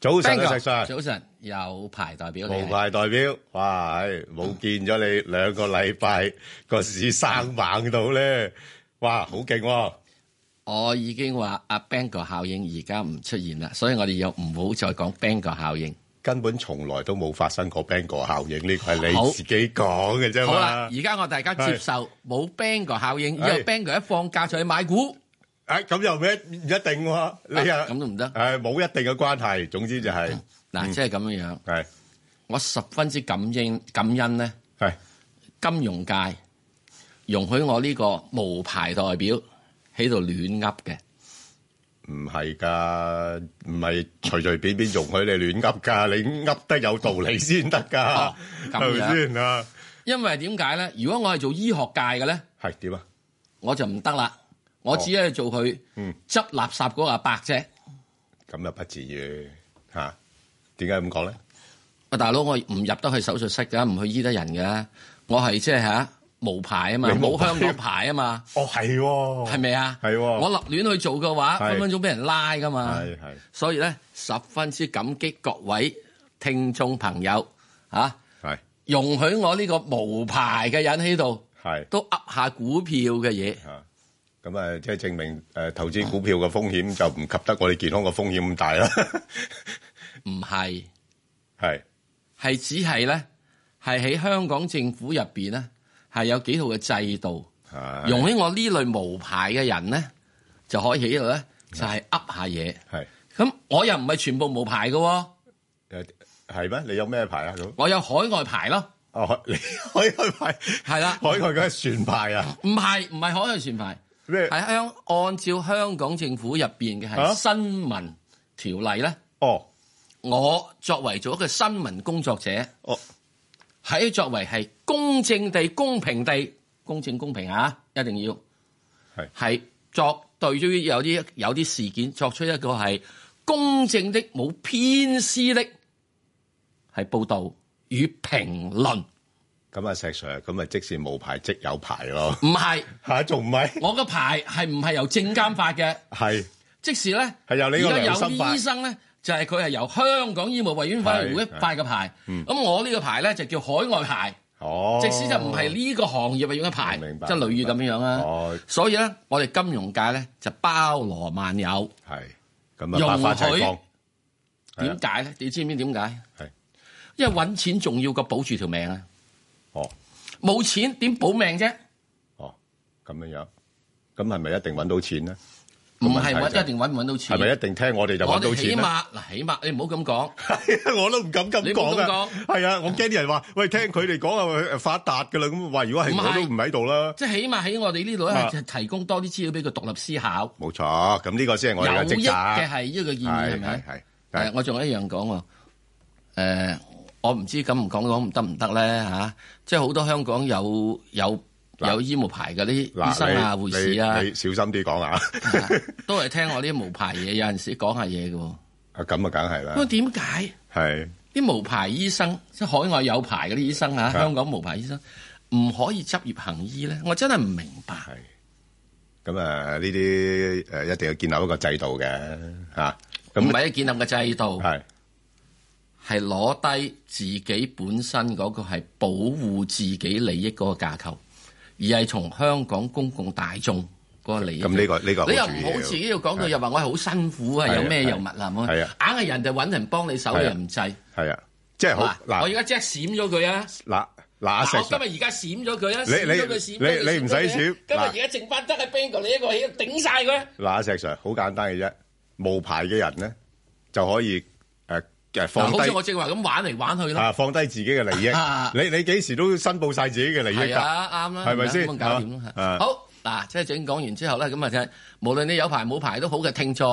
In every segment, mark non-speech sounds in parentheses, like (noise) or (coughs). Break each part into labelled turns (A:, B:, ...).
A: 早晨
B: Bingo，
A: 啊，石 Sir，
B: 早晨，有排代表你
A: 無
B: 係。
A: 牌代表，哇，唉冇見咗你兩個禮拜，個市生猛到咧，哇，好勁喎！
B: 我已經話阿 Bang 個效應而家唔出現啦，所以我哋又唔好再講 Bang 個效應。
A: 根本從來都冇發生過 b a n g o 效應，呢個係
B: 好
A: 你自己講嘅啫
B: 好啦
A: 嘛，。
B: 而家我大家接受冇 Bang 個效應，以後
A: 係
B: Bang 個一放假就去買股，
A: 誒，咁又咩？唔一定喎，你
B: 啊
A: 啊，
B: 咁都唔得。
A: 誒冇一定嘅關係，總之就係
B: 嗱，即係咁樣樣，
A: 係
B: 我十分之感恩感恩咧，
A: 係
B: 金融界容許我呢個無牌代表喺度亂噏嘅。
A: 唔係㗎？唔係隨隨便便容許你亂噏㗎，你噏得有道理先得㗎
B: 哦，
A: 係
B: 咁樣
A: 咪先啊？
B: 因為點解咧？如果我係做醫學界嘅咧，
A: 係點啊？
B: 我就唔得啦，我只係做佢
A: 嗯
B: 執垃圾嗰個阿伯啫。
A: 咁又不至於嚇？點解咁講咧？
B: 喂，大佬，我唔入得去手術室㗎，唔去醫得人㗎。我係即係嚇無牌啊嘛，
A: 你無
B: 冇
A: 牌
B: 香港牌啊嘛，
A: 哦，係喎，
B: 係咪啊？
A: 係喎
B: 我立亂去做嘅話，
A: 係
B: 分分鐘俾人拉㗎嘛。
A: 係係
B: 所以咧，十分之感激各位聽眾朋友嚇、啊
A: 係
B: 容許我呢個無牌嘅人喺度
A: 係
B: 都噏下股票嘅嘢。
A: 嚇。咁啊，即係證明誒投資股票嘅風險就唔及得我哋健康嘅風險咁大啦。 (laughs)
B: 唔係，
A: 係
B: 係只係咧，係喺香港政府入邊咧，係有幾套嘅制度。
A: 係
B: 容許我呢類無牌嘅人咧，就可以喺度咧就係噏下嘢。
A: 係
B: 咁我又唔係全部無牌嘅喎，
A: 誒係咩？你有 (laughs) 咩牌啊？咁
B: 我有海外牌咯，
A: 哦，你海外牌
B: 係啦
A: 海外嗰啲船牌啊？
B: 唔係唔係海外船牌，
A: 咩？
B: 係香按照香港政府入邊嘅係
A: 啊
B: 新聞條例咧，
A: 哦
B: 我作為做一個新聞工作者，
A: 哦
B: 喺作為係公正地、公平地、公正公平啊，一定要
A: 係
B: 係作對於有啲有啲事件作出一個係公正的、冇偏私的係報導與評論，
A: 咁啊，石 Sir，咁啊，即是無牌即有牌咯。
B: 唔係
A: 嚇，仲唔係？
B: 我個牌係唔係由證監發嘅？
A: 係
B: 即使咧，
A: 係由你個
B: 而家有
A: 良心發
B: 啲醫生咧，就係佢係由香港醫務委員委員會
A: 係係嗯
B: 發嘅牌，咁我呢個牌咧就叫海外牌。
A: 哦，
B: 即使就唔係呢個行業啊，用一排，
A: 明白
B: 即係類似咁樣樣啊
A: 哦。
B: 所以咧，我哋金融界咧就包羅萬有。
A: 係咁啊，百花齊
B: 容
A: 放
B: 許。點解咧？你知唔知點解？
A: 係
B: 因為揾錢重要過保住條命啊！
A: 哦
B: 冇錢點保命啫？
A: 哦，咁樣樣，咁係咪一定揾到錢咧？
B: 唔
A: 個問
B: 係
A: 題就
B: 揾一定揾唔揾到錢。
A: 係咪一定聽我哋就揾
B: 我
A: 到
B: 哋起
A: 錢咧？
B: 碼嗱，起碼你唔好咁
A: (laughs)
B: 講。
A: 我都唔敢咁
B: 你唔好
A: 講
B: 咁
A: 啊！係啊，我驚啲人話：喂，聽佢哋講啊，誒發達噶啦！咁話如果係
B: 唔係
A: 我都唔喺度啦。
B: 即係起碼喺我哋呢度咧，
A: 啊
B: 係提供多啲資料俾佢獨立思考，
A: 冇錯，咁呢個先係我哋嘅
B: 有
A: 職
B: 益嘅
A: 責。
B: 係呢個建議係
A: 係
B: 咪
A: 係？係
B: 誒，
A: 係
B: 我仲有一樣講喎，誒我唔知咁唔講講唔得唔得咧嚇，即係好多香港有有
A: 嗱
B: 有醫務牌嗰啲醫生啊、
A: 嗱，你
B: 護士啊
A: 你，你小心啲講啊！ (laughs)
B: 啊 (laughs) 都係聽我啲無牌嘢，有陣時講下嘢嘅喎。
A: 啊咁啊，梗係
B: 咁
A: 啦，
B: 點解
A: 係
B: 啲無牌醫生，即係海外有牌嗰啲醫生啊，
A: 係
B: 香港無牌醫生唔可以執業行醫咧？我真係唔明白。
A: 係。咁啊，呢啲誒一定要建立一個制度嘅嚇。
B: 唔
A: 咁啊
B: 係一建立嘅制度，
A: 係
B: 係攞低自己本身嗰個係保護自己利益嗰個架構，而係從香港公共大眾嗰個利益。
A: 咁呢個呢個好
B: 你又
A: 重
B: 唔
A: 要
B: 好自己要講到又話我係好辛苦啊，
A: 係啊
B: 有咩
A: 係啊
B: 又物啦，咁
A: 係
B: 硬
A: 啊
B: 係人哋揾人幫你手，
A: 係
B: 你
A: 啊
B: 又唔制。
A: 係啊，即係好
B: 嗱，我
A: 嗱
B: 而家即刻閃咗佢啊！
A: 嗱嗱，阿石
B: 嗱，我
A: Sir
B: 今日而家閃咗佢啊！
A: 你
B: 閃咗佢
A: 你
B: 閃咗佢
A: 你你唔使
B: 咗佢
A: 閃
B: 今日
A: 嗱
B: 而家剩翻得係 Bingo 你一個喺度頂晒佢。
A: 嗱，石 Sir 好簡單嘅啫，無牌嘅人咧就可以誒誒
B: 嗱，
A: 放
B: 好似我
A: 低
B: 正話咁玩嚟玩去咯。
A: 啊放低自己嘅利益
B: 啊。
A: 你你幾時都申報晒自己嘅利益
B: 係
A: 㗎？
B: 啊，啱啦，
A: 係咪先
B: 咁樣搞掂啦
A: 啊。
B: 好嗱，即係整講完之後咧，咁啊，即係無論你有牌冇牌都好嘅聽眾，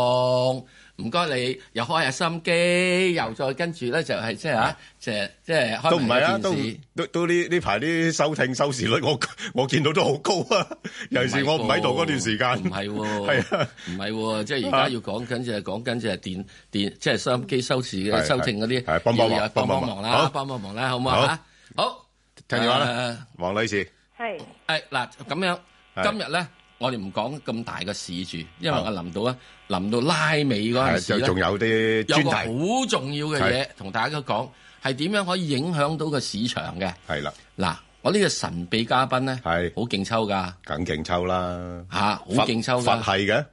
B: 唔該你又開下心機，又再跟住咧就係即係嚇，即係即係開
A: 都唔
B: 埋
A: 係啊，
B: 一
A: 都唔
B: 件事。
A: 都都呢呢排啲收聽收視率，我我見到都好高啊！尤其是我唔喺度嗰段時間，
B: 唔係喎，
A: (laughs) 係啊，
B: 唔係喎，即係而家要講緊就係講緊就係電電，即係收音機收視嘅
A: 係
B: 收聽嗰啲，
A: 係係幫幫忙
B: 要有幫
A: 幫幫
B: 幫忙
A: 忙
B: 啦，
A: 好
B: 幫幫忙啦，好唔好啊？好，
A: 聽電話啦
B: 誒
A: 黃女士
C: 係
B: 誒嗱咁樣，
A: 係
B: 今日咧，我哋唔講咁大嘅市住，因為我臨到咧，臨到拉尾嗰陣時
A: 係，就
B: 咧
A: 仲有啲
B: 有
A: 專
B: 個
A: 題，
B: 好重要嘅嘢同大家講，係點樣可以影響到個市場嘅。
A: 係啦，
B: 嗱，我呢個神秘嘉賓咧，
A: 係
B: 好勁抽㗎
A: 梗勁抽啦，
B: 吓，好勁抽
A: 佛
B: 㗎。
A: 係嘅，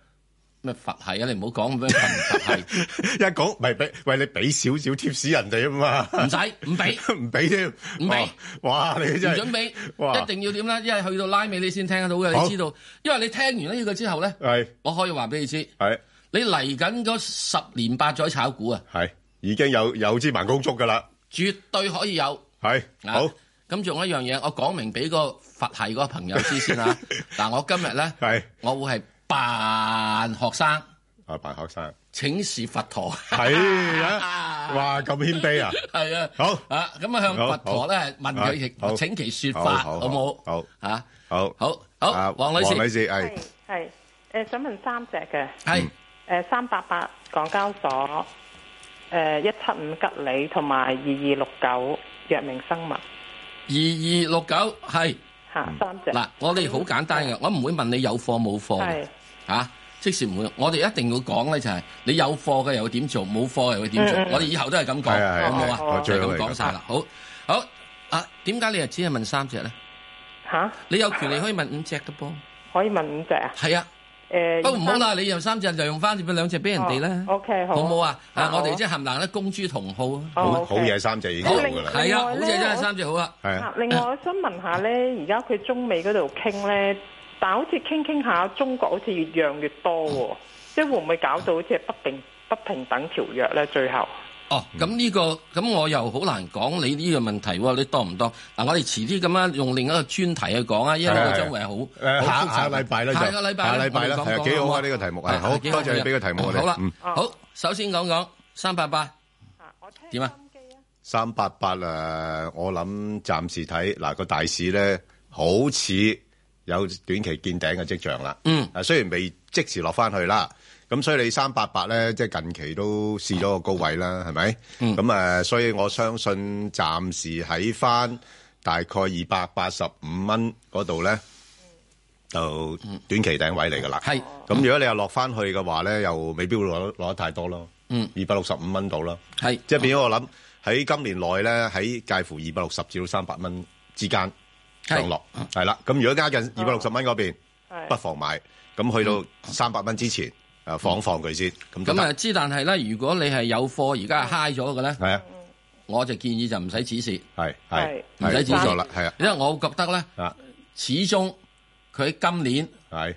B: 咩佛系啊？你唔好講咩佛唔佛系，
A: (laughs) 一講咪俾，喂你俾少少 tips 人哋啊
B: 唔
A: 嘛， (laughs)
B: 使唔俾。
A: 唔俾添，
B: 唔俾
A: 哇，哇你
B: 唔
A: 真
B: 準
A: 係
B: 備，
A: 哇
B: 一定要點咧？因為去到拉尾你先聽得到嘅，
A: 好
B: 你知道。因為你聽完呢個之後咧，
A: 係
B: 我可以話俾你知，
A: 係
B: 你嚟緊嗰十年八載炒股啊，
A: 係已經有有支盲公竹噶啦，
B: 絕對可以有。
A: 係
B: 啊
A: 好。
B: 咁仲有一樣嘢，我講明俾個佛系嗰個朋友知
A: (laughs)
B: 先啦。嗱，我今日咧，
A: 係
B: 我會係扮學生，
A: 啊，扮學生
B: (laughs) 請示佛陀。
A: 係啊， (laughs) 哇咁謙卑啊，
B: 係啊，
A: 好
B: 啊，咁啊向佛陀咧問佢
A: 好好
B: 亦請其説法，
A: 好
B: 好
A: 好
B: 冇？
A: 好
B: 啊，
A: 好
B: 好好
A: 啊，
B: 黃女士
A: 黃女士
C: 係
A: 係
C: 係誒，想問三隻嘅
B: 係
C: 誒，三八八港交所，誒一七五吉利同埋二二六九藥明生物
B: 二二六九係。
C: 嚇三隻。
B: 嗱，我哋好簡單嘅，我唔會問你有貨冇貨嘅
C: 係
B: 嚇、即時唔會。我哋一定要講咧，就係你有貨嘅又會點做，冇貨又會點做。
C: 嗯嗯
B: 我哋以後都係咁
A: 係係
B: 講，好唔好
C: 係
B: 啊？
C: 我
B: 就
A: 最
B: 係
A: 好
B: 咁
A: 係咁
B: 講晒啦。好，好啊，點解你又只係問三隻咧？
C: 嚇，
B: 你有權利可以問五隻嘅噃。
C: 可以問五隻啊？
B: 係啊，
C: 誒，
B: 不過唔好啦，你有三隻就用翻兩隻俾人哋啦，
C: 哦，OK，好 Ờ,
B: 好唔好啊？啊，
C: 好
B: 我哋即係冚唪唥咧公諸同好啊。
C: 哦
A: 好
C: OK
A: 好嘢三隻已經
C: 好
A: 有噶啦，
B: 係啊，
C: 另
B: 好
C: 外
B: 似
C: 呢
B: 真係
C: 我
B: 三隻好啊。
A: 係
C: 啊
A: 啊，
C: 另外我想問下咧，而家佢中美嗰度傾咧，但好似傾傾下，中國好似越讓越多喎，即係會唔會搞到好似係不平不平等條約咧？最後
B: 哦，
A: 嗯
B: 咁呢、個咁我又好難講你呢個問題喎，你多唔多？嗱，我哋遲啲咁樣用另一個專題去講啊，因為
A: 係
B: 嗰
A: 係
B: 張會係
A: 誒
B: 好好
A: 下
B: 複雜
A: 下禮拜咧就
B: 下個禮拜
A: 下
B: 呢
A: 禮拜啦，
B: 我
A: 係
B: 哋
A: 啊
B: 講
A: 幾好
B: 講
A: 啊
B: 啊
A: 呢個題目係
B: 啊
A: 好，
B: 幾好
A: 多謝你俾個題目我哋，
B: 好啦
A: 嗯，
B: 好，首先講講三八八，
C: 啊，我聽
B: 點啊
C: 心機啊！
A: 三八八誒，我諗暫時睇嗱個大市咧，好似有短期見頂嘅跡象啦。
B: 嗯，
A: 啊雖然未即時落翻去啦，咁所以你三八八咧，即係近期都試咗個高位啦，係咪？
B: 嗯
A: 咁誒，所以我相信暫時喺翻大概二百八十五蚊嗰度咧，就
B: 嗯
A: 短期頂位嚟㗎啦。
B: 係
A: 咁如果你又落翻去嘅話咧，又未必會攞攞得太多咯。
B: 嗯，
A: 二百六十五蚊到啦。
B: 係
A: 即係變咗我諗喺今年內咧，喺介乎二百六十至到三百蚊之間上落，係啦。咁如果加近
B: 哦
A: 二百六十蚊嗰邊，
C: 係
A: 不妨買。咁去到三百蚊之前，誒放一放佢先。咁
B: 嗯咁
A: 咁
B: 啊，之但係咧，如果你係有貨而家係嗨咗嘅咧，
A: 係啊，
B: 我就建議就唔使指示，
A: 係係
B: 唔使
A: 係
B: 指
A: 冇
B: 示
A: 錯啦，係啊，
B: 因為我覺得咧，
A: 啊
B: 始終佢今年
A: 係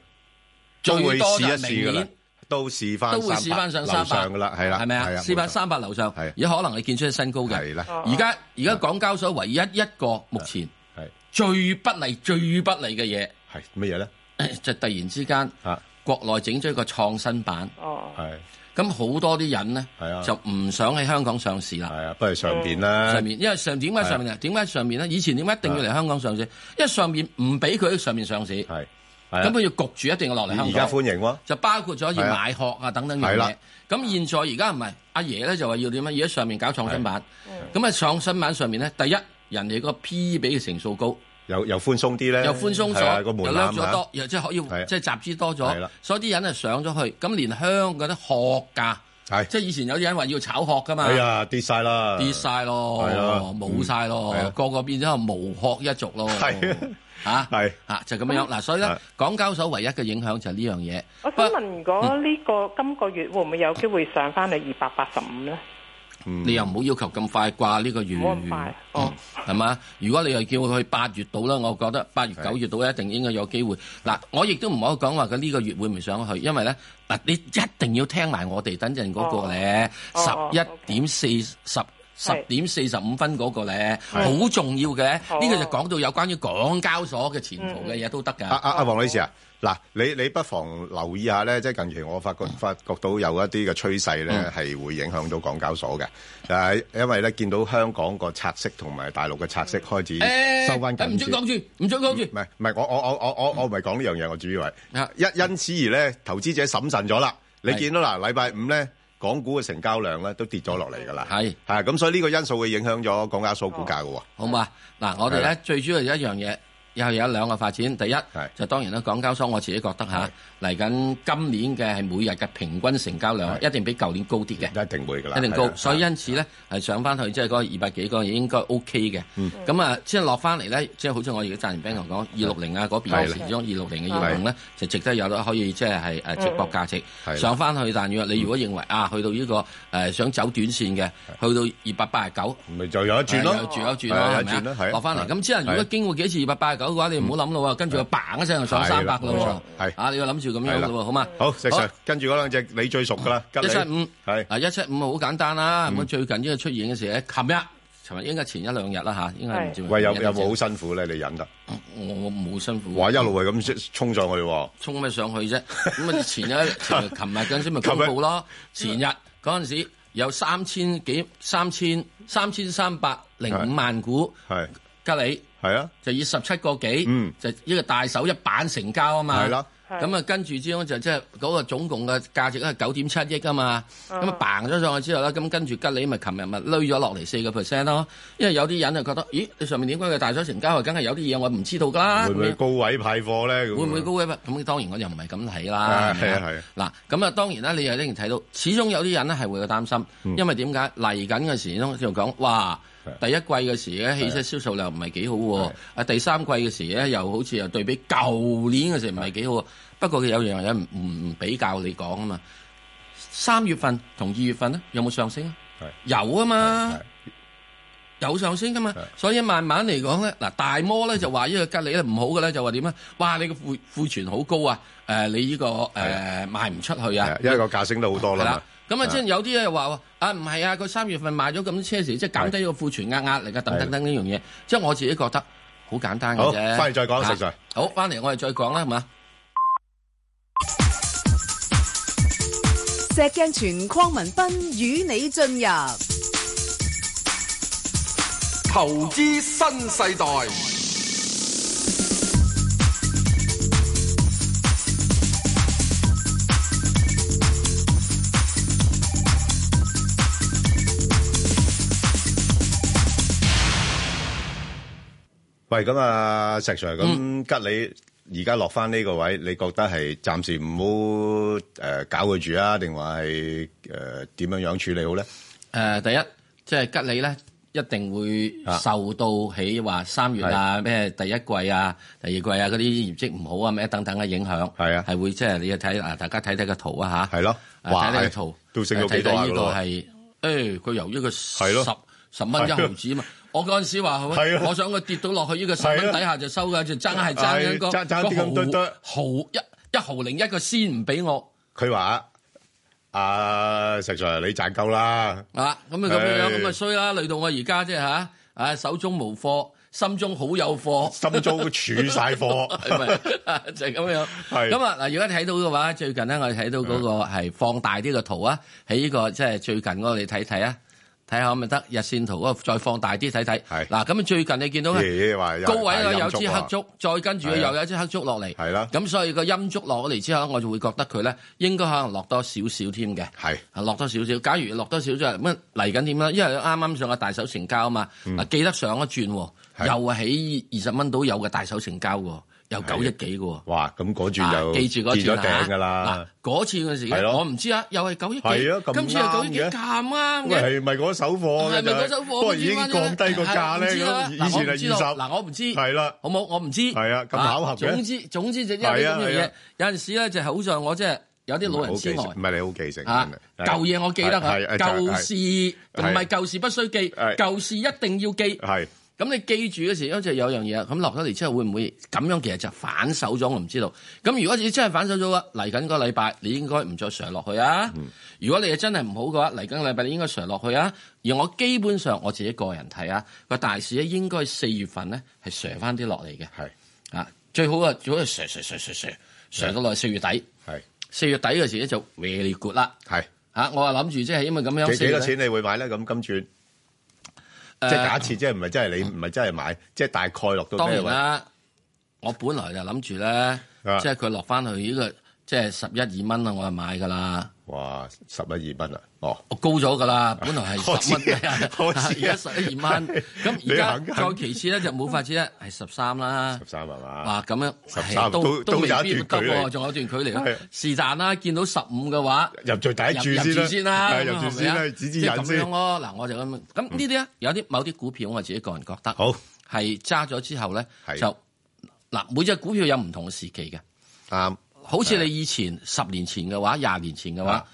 A: 都
B: 最
A: 會
B: 多就
A: 試一
B: 係
A: 試
B: 明
A: 㗎
B: 年
A: 啦。，都試翻
B: 都會試翻上
A: 樓
B: 三百
A: 上㗎啦，係啦，
B: 係咪啊？試翻三百樓上，
A: 係
B: 而家可能係見出新高嘅。
A: 係啦，
C: 哦
B: 而家而家港交所唯一一個目前
A: 係
B: 最不利、最不利嘅
A: 係乜嘢咧？
B: 嘢， (clears throat) 就突然之間
A: 嚇
B: 國內整咗一個創新版，
C: 哦。
A: 係
B: 咁好多啲人咧
A: 係啊
B: 就唔想喺香港上市啦。
A: 係啊，不如上邊啦
B: 嗯上，面因為上點解
A: 係啊
B: 上面啊？點解上面咧？以前點解一定要嚟香港上市？因為上面唔俾佢喺上面上市，咁
A: 係係啊
B: 佢要焗住一定要落嚟
A: 而
B: 香
A: 家
B: 港。
A: 歡迎喎，
B: 就包括咗
A: 係
B: 要
A: 啊
B: 買殼啊等等樣
A: 係
B: 嘢
A: 啦。
B: 咁現在而家唔係阿爺咧就話要點啊？而家上面搞創新版，咁啊創新版上面咧，第一人哋個 P E 比嘅成數高，
A: 又又寬鬆啲咧，
B: 又寬鬆
A: 係啊
B: 咗，
A: 個門
B: 又
A: 檻
B: 掠
A: 啊
B: 咗多，又即係可以
A: 係啊
B: 即係集資多
A: 係
B: 咗
A: 啦，
B: 所以啲人啊上咗去，咁連香嗰啲殼價，
A: 係
B: 即係以前有啲人話要炒殼噶嘛
A: 哎。呀，跌晒啦，
B: 啊跌晒咯
A: 係啊，
B: 冇晒咯
A: 嗯係啊，
B: 個個變咗無殼一族咯，
A: 係
B: 哦嚇
A: 係
B: 嚇就咁樣嗱，所以咧
A: 係
B: 港交所唯一嘅影響就係呢樣嘢。
C: 我
B: 不
C: 想問，如果呢個今個月會唔會有機會上翻去二百八十五咧？
B: 你又唔好要求咁快掛呢個月，
C: 唔好咁快哦
B: 嗯係嘛？如果你又叫佢去八月到啦，我覺得八月九月到一定應該有機會。嗱，我亦都唔可以講話佢呢個月會唔會上去，因為咧嗱，你一定要聽埋我哋等陣嗰個咧，
C: 哦
B: 十
C: 哦
B: 一點四十。十
C: 係
B: 點四十五分嗰個咧，好重要嘅，
C: 好啊
B: 呢個就講到有關於港交所嘅前途嘅嘢都得
A: 啊
B: 㗎。
A: 啊啊，黃女士啊，嗱，你你不妨留意下咧，即係近期我發
B: 嗯
A: 覺發覺到有一啲嘅趨勢咧，係會影響到港交所嘅。誒，因為咧見到香港個拆息同埋大陸嘅拆息開始收翻
B: 嗯誒，唔
A: 緊
B: 准
A: 住。
B: 講住，唔准講
A: 唔
B: 住，
A: 係唔係，我我我我我我唔係講呢樣嘢，我主要係
B: 啊
A: 一因此而咧，投資者審慎咗啦。你
B: 係
A: 見到嗱，禮拜五咧，港股嘅成交量咧都跌咗落嚟㗎啦。
B: 係
A: 係咁，所以呢個因素會影響咗港交所股價㗎喎。
B: 好嘛？嗱，我哋
A: 係啦
B: 咧最主要係一樣嘢，又有兩個發展，第一就當然啦，港交所我自己覺得嚇嚟緊今年嘅係每日嘅平均成交量
A: 係
B: 一定比舊年高啲嘅。
A: 一定會㗎啦，
B: 一定
A: 係
B: 高
A: 啊，
B: 所以因此咧係上翻去即係嗰個二百幾個應該 OK 嘅
A: 嗯。
B: 咁啊，即係落翻嚟咧，即係好似我而家贊成 Ben 講二六零啊嗰邊
A: 係
B: 嘅
A: 啦
B: 時鐘二六零嘅二六咧，就值得有得可以即係係誒值博
A: 係
B: 價值
A: 啦
B: 上翻去。但若你如果認為啊，去到呢個誒想走短線嘅，去到二百八十九。
A: 咪就
B: 啊
A: 有一轉咯，
B: 住有住
A: 係
B: 咯，
A: 啊
B: 係咪
A: 有一轉咯係
B: 啊
A: 啊
B: 落翻嚟，咁之後
A: 係
B: 如果
A: 啊
B: 經過幾次二百八十九嘅話，你唔好諗咯喎，跟住佢嘭一聲就上三
A: 係
B: 百咯
A: 啦冇
B: 喎
A: 錯係，
B: 啊，你要諗住咁
A: 係
B: 樣
A: 啦
B: 咯喎，好嘛？
A: 好，石 Sir，跟住嗰兩隻你最熟㗎啦，吉嗯利
B: 一七五
A: 係
B: 啊，一七五好簡單啦。咁啊最近呢個出現嘅時咧，琴日。琴日應該前一兩日啦吓，應該唔知。
A: 喂，有有冇好？辛苦咧？你忍得，
B: 我我冇辛苦。
A: 哇！一路係咁衝上去喎，
B: 衝咩上去啫？咁啊，前一 (laughs) 前琴日嗰陣時咪公佈咯。前日嗰陣時有三千幾、三千、三千三百零五萬股
A: 係
B: 吉利。
A: 係啊，
B: 就以十七個幾，
A: 嗯
B: 就呢個大手一板成交啊嘛。
A: 係啦
C: 係
B: 咁啊跟住之後就即係嗰個總共嘅價值咧九點七億啊嘛。咁啊嘭咗上去之後咧，咁跟住吉利咪琴日咪累咗落嚟四個 percent 咯。因為有啲人就覺得，咦，你上面點解佢大手成交啊？梗係有啲嘢我唔知道㗎啦。
A: 會唔
B: 咁
A: 會
B: 樣
A: 高位派貨咧？
B: 會唔會高位不？咁當然我又唔係咁睇啦
A: 啊。
B: 係咪
A: 係啊
B: 嗱，咁啊當然啦，你又一定睇到，始終有啲人咧係會有擔心，
A: 嗯
B: 因為點解嚟緊嘅時鐘就講哇，第一季嘅時咧汽車銷售量唔係幾好喎，啊第三季嘅時咧又好似又對比舊年嘅時唔係幾好喎。不過佢有樣嘢唔唔唔比較你講啊嘛，三月份同二月份咧有冇上升啊？有啊嘛。有上升噶嘛，所以慢慢嚟講咧，嗱大摩咧就話呢個吉利咧唔好嘅咧，就話點咧？哇！你個庫庫存好高啊，誒、你呢、個誒、賣唔出去啊
A: 係，，因為個價升得好多
B: 係
A: 啦嘛
B: 啦。。咁啊，即係有啲咧話喎啊，唔係啊，佢三月份賣咗咁多車時，即係減低個庫存壓壓力啊，等等等呢樣嘢。即係我自己覺得好簡單嘅
A: 好，
B: 啫。
A: 翻嚟再講，石
B: 啊
A: Sir。
B: 好，翻嚟我哋再講啦，係嘛？
D: 石镜全框文斌与你进入
E: 投資新世代，
A: 喂，咁啊，石 Sir，咁吉你而家落翻呢個位，你覺得係暫時唔好誒搞佢住啊，定話係誒點樣樣處理好咧？
B: 誒、呃第一即係吉利咧，一定會
A: 啊
B: 受到起話三月啊、咩第一季啊、第二季啊嗰啲業績唔好啊咩等等嘅影響，
A: 係啊
B: 係會即係你要睇嗱，大家睇睇個圖啊嚇，
A: 係咯
B: 啊
A: 哇
B: 睇睇個
A: 係
B: 圖，
A: 都升到
B: 睇
A: 幾多
B: 睇
A: 啊
B: 呢個
A: 嗰度
B: 係，誒佢由呢個十
A: 係咯
B: 十蚊一毫子嘛。我嗰陣時話，
A: 係咯
B: 我想佢跌到落去呢個十
A: 係
B: 蚊
A: 咯
B: 底下就收㗎，就爭係爭緊個
A: 係爭爭啲咁多多
B: 個毫毫一一毫零一個先唔俾我
A: 佢話啊，石 Sir，你賺夠啦，
B: 啊，咁啊咁樣樣，
A: 唉
B: 咁啊衰啦，累到我而家即係嚇，啊手中無貨，心中好有貨，
A: (laughs) 心中儲晒貨，
B: (laughs) 係咪就係咁樣？
A: 係啊
B: 咁啊嗱，如果睇到嘅話，最近咧我哋睇到嗰個係放大啲個圖啊，喺呢個即係最近嗰個你睇睇啊，睇下可唔可以得日線圖嗰個再放大啲睇睇。
A: 係
B: 嗱，咁啊最近你見到咧。
A: 咦話有
B: 高位咧有支
A: 陰燭
B: 黑
A: 啊
B: 竹，再跟住佢
A: 係啊
B: 又有一支黑竹落嚟，
A: 係啦
B: 咁所以個陰燭落咗嚟之後，我就會覺得佢咧應該可能落多少少添嘅。
A: 係
B: 啊落多少少，假如落多少少，咁嚟緊點啦？因為啱啱上個大手成交啊嘛，啊記得上一轉喎，
A: 嗯係
B: 又係喺二十蚊到有嘅大手成交喎，有九億幾嘅喎。
A: 哇，咁嗰轉
B: 啊
A: 就
B: 記住嗰
A: 跌
B: 次
A: 咗頂㗎
B: 啊
A: 啦。
B: 嗱嗰次嗰陣時
A: 係
B: 咧，
A: 咯
B: 我唔知啊，又係九億
A: 係啊
B: 幾，
A: 咁
B: 今次係九億幾
A: 啱嘅喂，
B: 咁啱嘅。
A: 啊係咪嗰手貨嘅
B: 係咪嗰
A: 就
B: 手
A: 係
B: 貨
A: 不過已經
B: 唔知
A: 降低個價咧，
B: 唔知
A: 咁
B: 啦
A: 以前係
B: 啊嗱我
A: 二十。
B: 唔知道嗱，我唔知。
A: 係啦
B: 好冇？我唔知。
A: 係啊咁巧合嘅
B: 總之總之就因為
A: 係啊
B: 呢樣
A: 係
B: 嘢
A: 啊，
B: 有陣時咧就好在我即係有啲老人痴呆
A: 唔。係你好記性
B: 啊！舊嘢我記得啊，舊事唔係舊事不須記，
A: 係
B: 舊事一定要記。
A: 係
B: 咁你記住嘅時候，因為就有樣嘢，啊咁落咗嚟之後會唔會咁樣？其實就反手咗，我唔知道。咁如果你真係反手咗嘅話，嚟緊個禮拜你應該唔再上落去啊。
A: 嗯
B: 如果你係真係唔好嘅話，嚟緊個禮拜你應該上落去啊。而我基本上我自己個人睇啊，個大市咧應該四月份咧係上翻啲落嚟嘅
A: 係
B: 啊，最好啊最好係上上上上上上到落去四月底，
A: 係
B: 四月底嘅時咧就 very good 啦。
A: 係
B: 嚇！啊我係諗住即係因為咁樣
A: 幾幾多
B: 四月
A: 錢你會買咧？咁今轉
B: 底？
A: 即係
B: 誒
A: 假設，即係唔係真係你唔係真係買，即係大概落到
B: 當
A: 咩
B: 然
A: 位？
B: 啦，我
A: 啊
B: 本來就諗住咧，即係佢落翻去呢個即係十一二蚊啦，我就買噶啦。
A: 哇，十一二蚊啊！哦，
B: 我高咗㗎啦，本來
A: 我
B: 係
A: 知 (laughs)
B: 十蚊，
A: 我知
B: (laughs) 而家十一二蚊。
A: (laughs)
B: 咁而
A: 啊你
B: 家
A: 肯
B: 再其次咧就冇法子咧，係十三啦
A: 十。三係嘛？
B: 哇，咁樣
A: 13
B: 係
A: 都
B: 都
A: 都
B: 未
A: 有一
B: 必得
A: 段距離
B: 喎，仲有一段距離
A: 係
B: 啦。是但啦，見到十五嘅話。
A: 入最第一哎
B: 入
A: 注先啦，
B: 住先啦，
A: 係
B: 咁
A: 入
B: 樣
A: 住
B: 係
A: 先
B: 咪
A: 啦，
B: 啊
A: 指指
B: 即係
A: 引
B: 咁樣
A: 先。
B: 咯。嗱，我就咁樣咁呢啲咧，有啲某啲股票我自己個人覺得
A: 好
B: 係揸咗之後咧
A: 係，
B: 就嗱每隻股票有唔同嘅時期嘅。
A: 啱，
B: 好似你以前十年前嘅話，廿年前嘅話
A: 啊，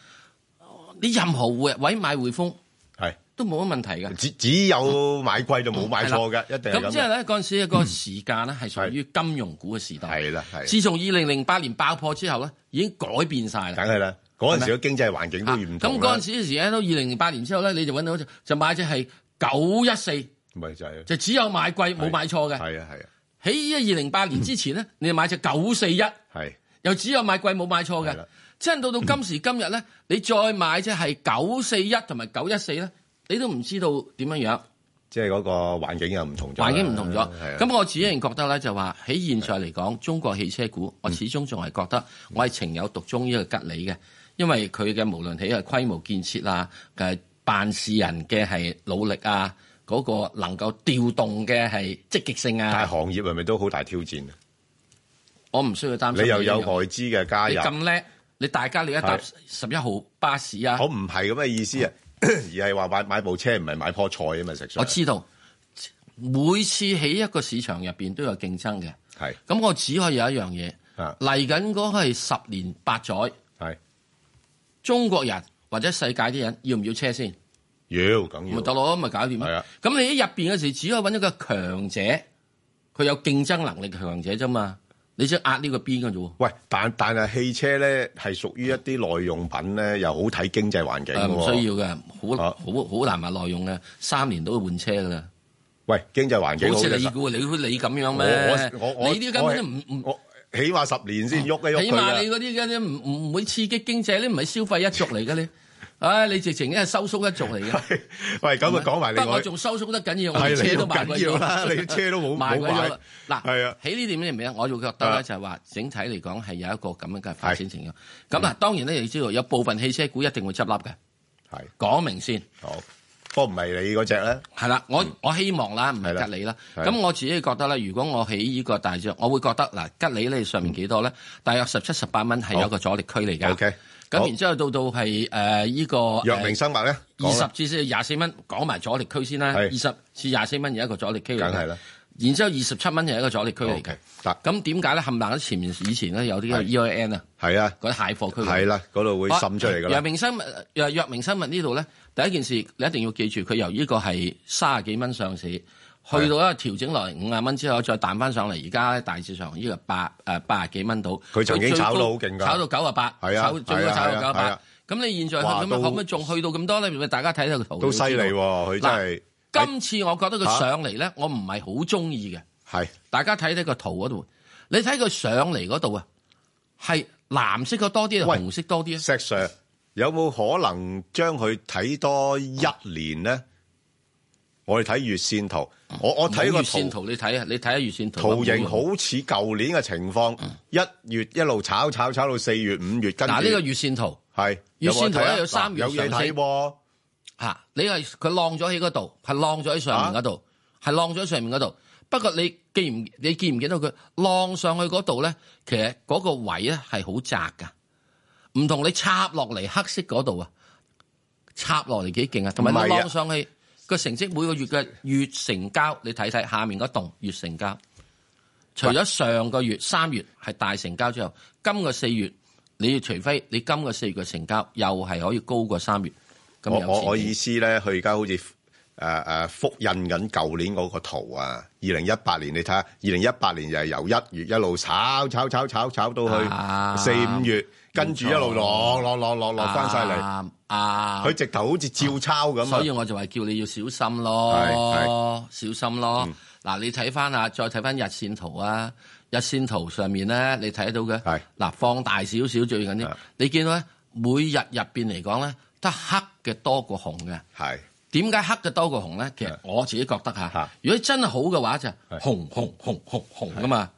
B: 你任何位位買匯豐
A: 係
B: 都冇乜問題嘅。
A: 只只有買貴就冇買錯嘅，一定係
B: 咁
A: 咁
B: 即嗯係
A: 嘅。嗯
B: 咧嗰陣時個時間咧係屬於金融股嘅時代。
A: 係啦，係，
B: 自從二零零八年爆破之後咧，已經改變晒啦。
A: 梗係啦。嗰陣時嘅經濟環境都唔
B: 啊咁
A: 同
B: 嗰
A: 啦
B: 陣，時嘅時咧，到二零零八年之後咧，你就揾到就就買只係九一四，
A: 咪就係
B: 就只有買貴冇買錯嘅。
A: 係啊係啊
B: 喺二零八年之前咧，你就買只九四
A: (laughs)
B: 一，
A: 係
B: 又只有買貴冇買錯
A: 係啦
B: 嘅。即係到到今時今日咧，你再買只係九四一同埋九一四咧，你都唔知道點樣樣，
A: 即係嗰個環境又唔同咗啦，
B: 環境唔同咗
A: 係啊。嗯
B: 咁我自己人覺得咧，就話喺現在嚟講，中國汽車股，我始終仲係覺得我係情有獨鍾呢個吉利嘅，因為佢嘅無論喺個規模建設啊，誒辦事人嘅係努力啊，嗰、個能夠調動嘅係積極性
A: 但係
B: 啊，
A: 行業係咪都好大挑戰啊？
B: 我唔需要擔心。
A: 你又有外資嘅加
B: 你
A: 入，
B: 咁叻，你大家你一搭
A: 係
B: 十一號巴士啊
A: 我，唔係咁嘅意思啊， (coughs) 而係話買買部車唔係買棵菜啊嘛，食上
B: 我知道每次喺一個市場入邊都有競爭嘅。
A: 係
B: 咁我只可以有一樣嘢
A: 啊，
B: 嚟緊嗰係十年八載，
A: 係
B: 中國人或者世界啲人要唔要車先？
A: 要梗要
B: 咪得咯，咪搞掂
A: 係啊
B: 咯。咁你喺入邊嘅時，只可以揾一個強者，佢有競爭能力嘅強者啫嘛。你只壓呢個邊嘅啫喎。
A: 喂，但但係汽車咧係屬於一啲耐用品咧，又好睇經濟環境
B: 誒
A: 嘅
B: 唔
A: 喎。
B: 需要嘅，好
A: 啊
B: 好好難話內用嘅，三年都會換車噶啦。
A: 喂，經濟環境
B: 好
A: 好
B: 似
A: 嘅
B: 你
A: 時候
B: 估你你咁樣咩？
A: 我我我我
B: 你呢啲根本都唔唔。
A: 我起碼十年先喐一喐
B: 起
A: 佢啊
B: 碼你
A: 啦。
B: 嗰啲嗰啲唔唔會刺激經濟，你唔係消費一族嚟嘅你，唉，你直情係收縮一族嚟嘅。
A: (laughs) 喂，咁啊講埋
B: 不
A: 另
B: 過我
A: 外
B: 仲收縮得緊要，我
A: 係
B: 連
A: 你
B: 車都
A: 都緊
B: 賣貴
A: 要
B: 咗
A: 啦， (laughs) 你車都冇
B: 賣
A: 冇
B: 貴咗啦
A: 買。
B: 嗱，
A: 係啊，
B: 喺呢點咧，唔明我就覺得
A: 啊
B: 咧就係話整體嚟講係有一個咁樣嘅發展情況。咁啊，當然咧，你知道有部分汽車股一定會執笠嘅，
A: 係
B: 講明先。
A: 好，不過唔係你嗰只咧，
B: 係啦，我我希望啦，唔
A: 嗯係啦
B: 係吉利啦。
A: 係
B: 咁我自己覺得咧，如果我喺呢個大隻，我會覺得嗱，吉利咧上面幾多咧？大約十七、十八蚊係有一個阻力區嚟㗎。
A: 嗯 OK，好
B: 咁然之後到到係誒呢個呃
A: 藥明生物咧，
B: 二
A: 講
B: 十
A: 啦
B: 至四廿四蚊，講埋阻力區先啦。二
A: 係
B: 十至廿四蚊有一個阻力區嚟嘅，
A: 梗係啦。
B: 然之後二十七蚊又一個阻力區嚟嘅
A: OK，。得
B: 咁點解咧？冚唪唥前面以前咧有啲
A: 係
B: E I N 啊，
A: 係啊，
B: 嗰啲蟹貨區嚟嘅
A: 係啦，嗰度會滲出嚟㗎
B: 藥
A: 啦。
B: 明生物藥藥明生物呢度咧，第一件事你一定要記住，佢由呢個係三十幾蚊上市，去到一個調整落嚟五廿蚊之後，再彈翻上嚟，而家咧大致上呢個八誒八十幾蚊到。
A: 佢曾經
B: 最高
A: 炒到好勁㗎
B: 炒到九啊八，
A: 係啊
B: 炒最
A: 係
B: 高
A: 啊
B: 炒到九
A: 係
B: 啊
A: 啊
B: 八。咁你現在
A: 哇
B: 咁樣
A: 都
B: 可唔可以仲去到咁多咧？咪大家睇睇個圖
A: 都犀利喎，。佢真係
B: 嗱今次我覺得
A: 嚇
B: 佢上嚟咧，我唔係好中意嘅。
A: 係
B: 大家睇睇個圖嗰度，你睇佢上嚟嗰度啊，係藍色嘅多啲定
A: 喂
B: 紅色多啲啊？
A: 石 Sir 有冇可能將佢睇多一年咧？我哋睇月線圖，我我睇個
B: 嗯冇月線
A: 圖
B: 圖，你睇啊，你睇下月線圖。
A: 圖形好似舊年嘅情況，一月一路炒炒炒到四月五月，跟住
B: 嗯嗱，呢個月線圖
A: 係
B: 月線
A: 冇得
B: 圖
A: 睇啊
B: 咧有三月
A: 嗱有嘢
B: 上
A: 睇
B: 升
A: 喎，
B: 嚇，你係佢浪咗喺嗰度，係浪咗喺上面嗰度，
A: 啊
B: 係浪咗喺上面嗰度。不過你記唔你見唔見到佢浪上去嗰度咧？其實嗰個位咧係好窄㗎，唔同你插落嚟黑色嗰度啊，插落嚟幾勁啊！同埋
A: 唔係啊
B: 你浪上去個成績每個月嘅月成交，你睇睇下面嗰棟月成交。除咗上個月三月係大成交之後，今個四月你要除非你今個四月嘅成交又係可以高過三月，咁
A: 我
B: 有
A: 我
B: 錢
A: 我
B: 嘅
A: 意思咧，佢而家好似誒誒複印緊舊年嗰個圖啊，二零一八年你睇下，二零一八年就係由一月一路炒炒炒炒炒到
B: 啊
A: 去四五月，跟住一路落落落落落翻晒嚟，
B: 啱啱
A: 佢直頭好似照抄咁
B: 啊所以
A: 啊！
B: 我就話叫你要小心
A: 係嗯
B: 咯，小心咯。嗱、你睇翻啊，再睇翻日線圖啊，日線圖上面咧，你睇到
A: 係
B: 嘅，嗱放大少少最緊
A: 係
B: 要，你見到咧每日入邊嚟講咧，得黑嘅多過紅嘅。
A: 係
B: 點解黑嘅多過紅咧？其實我自己覺得
A: 嚇
B: 嚇，如果真係好嘅話就係
A: 係
B: 紅紅紅紅紅噶嘛，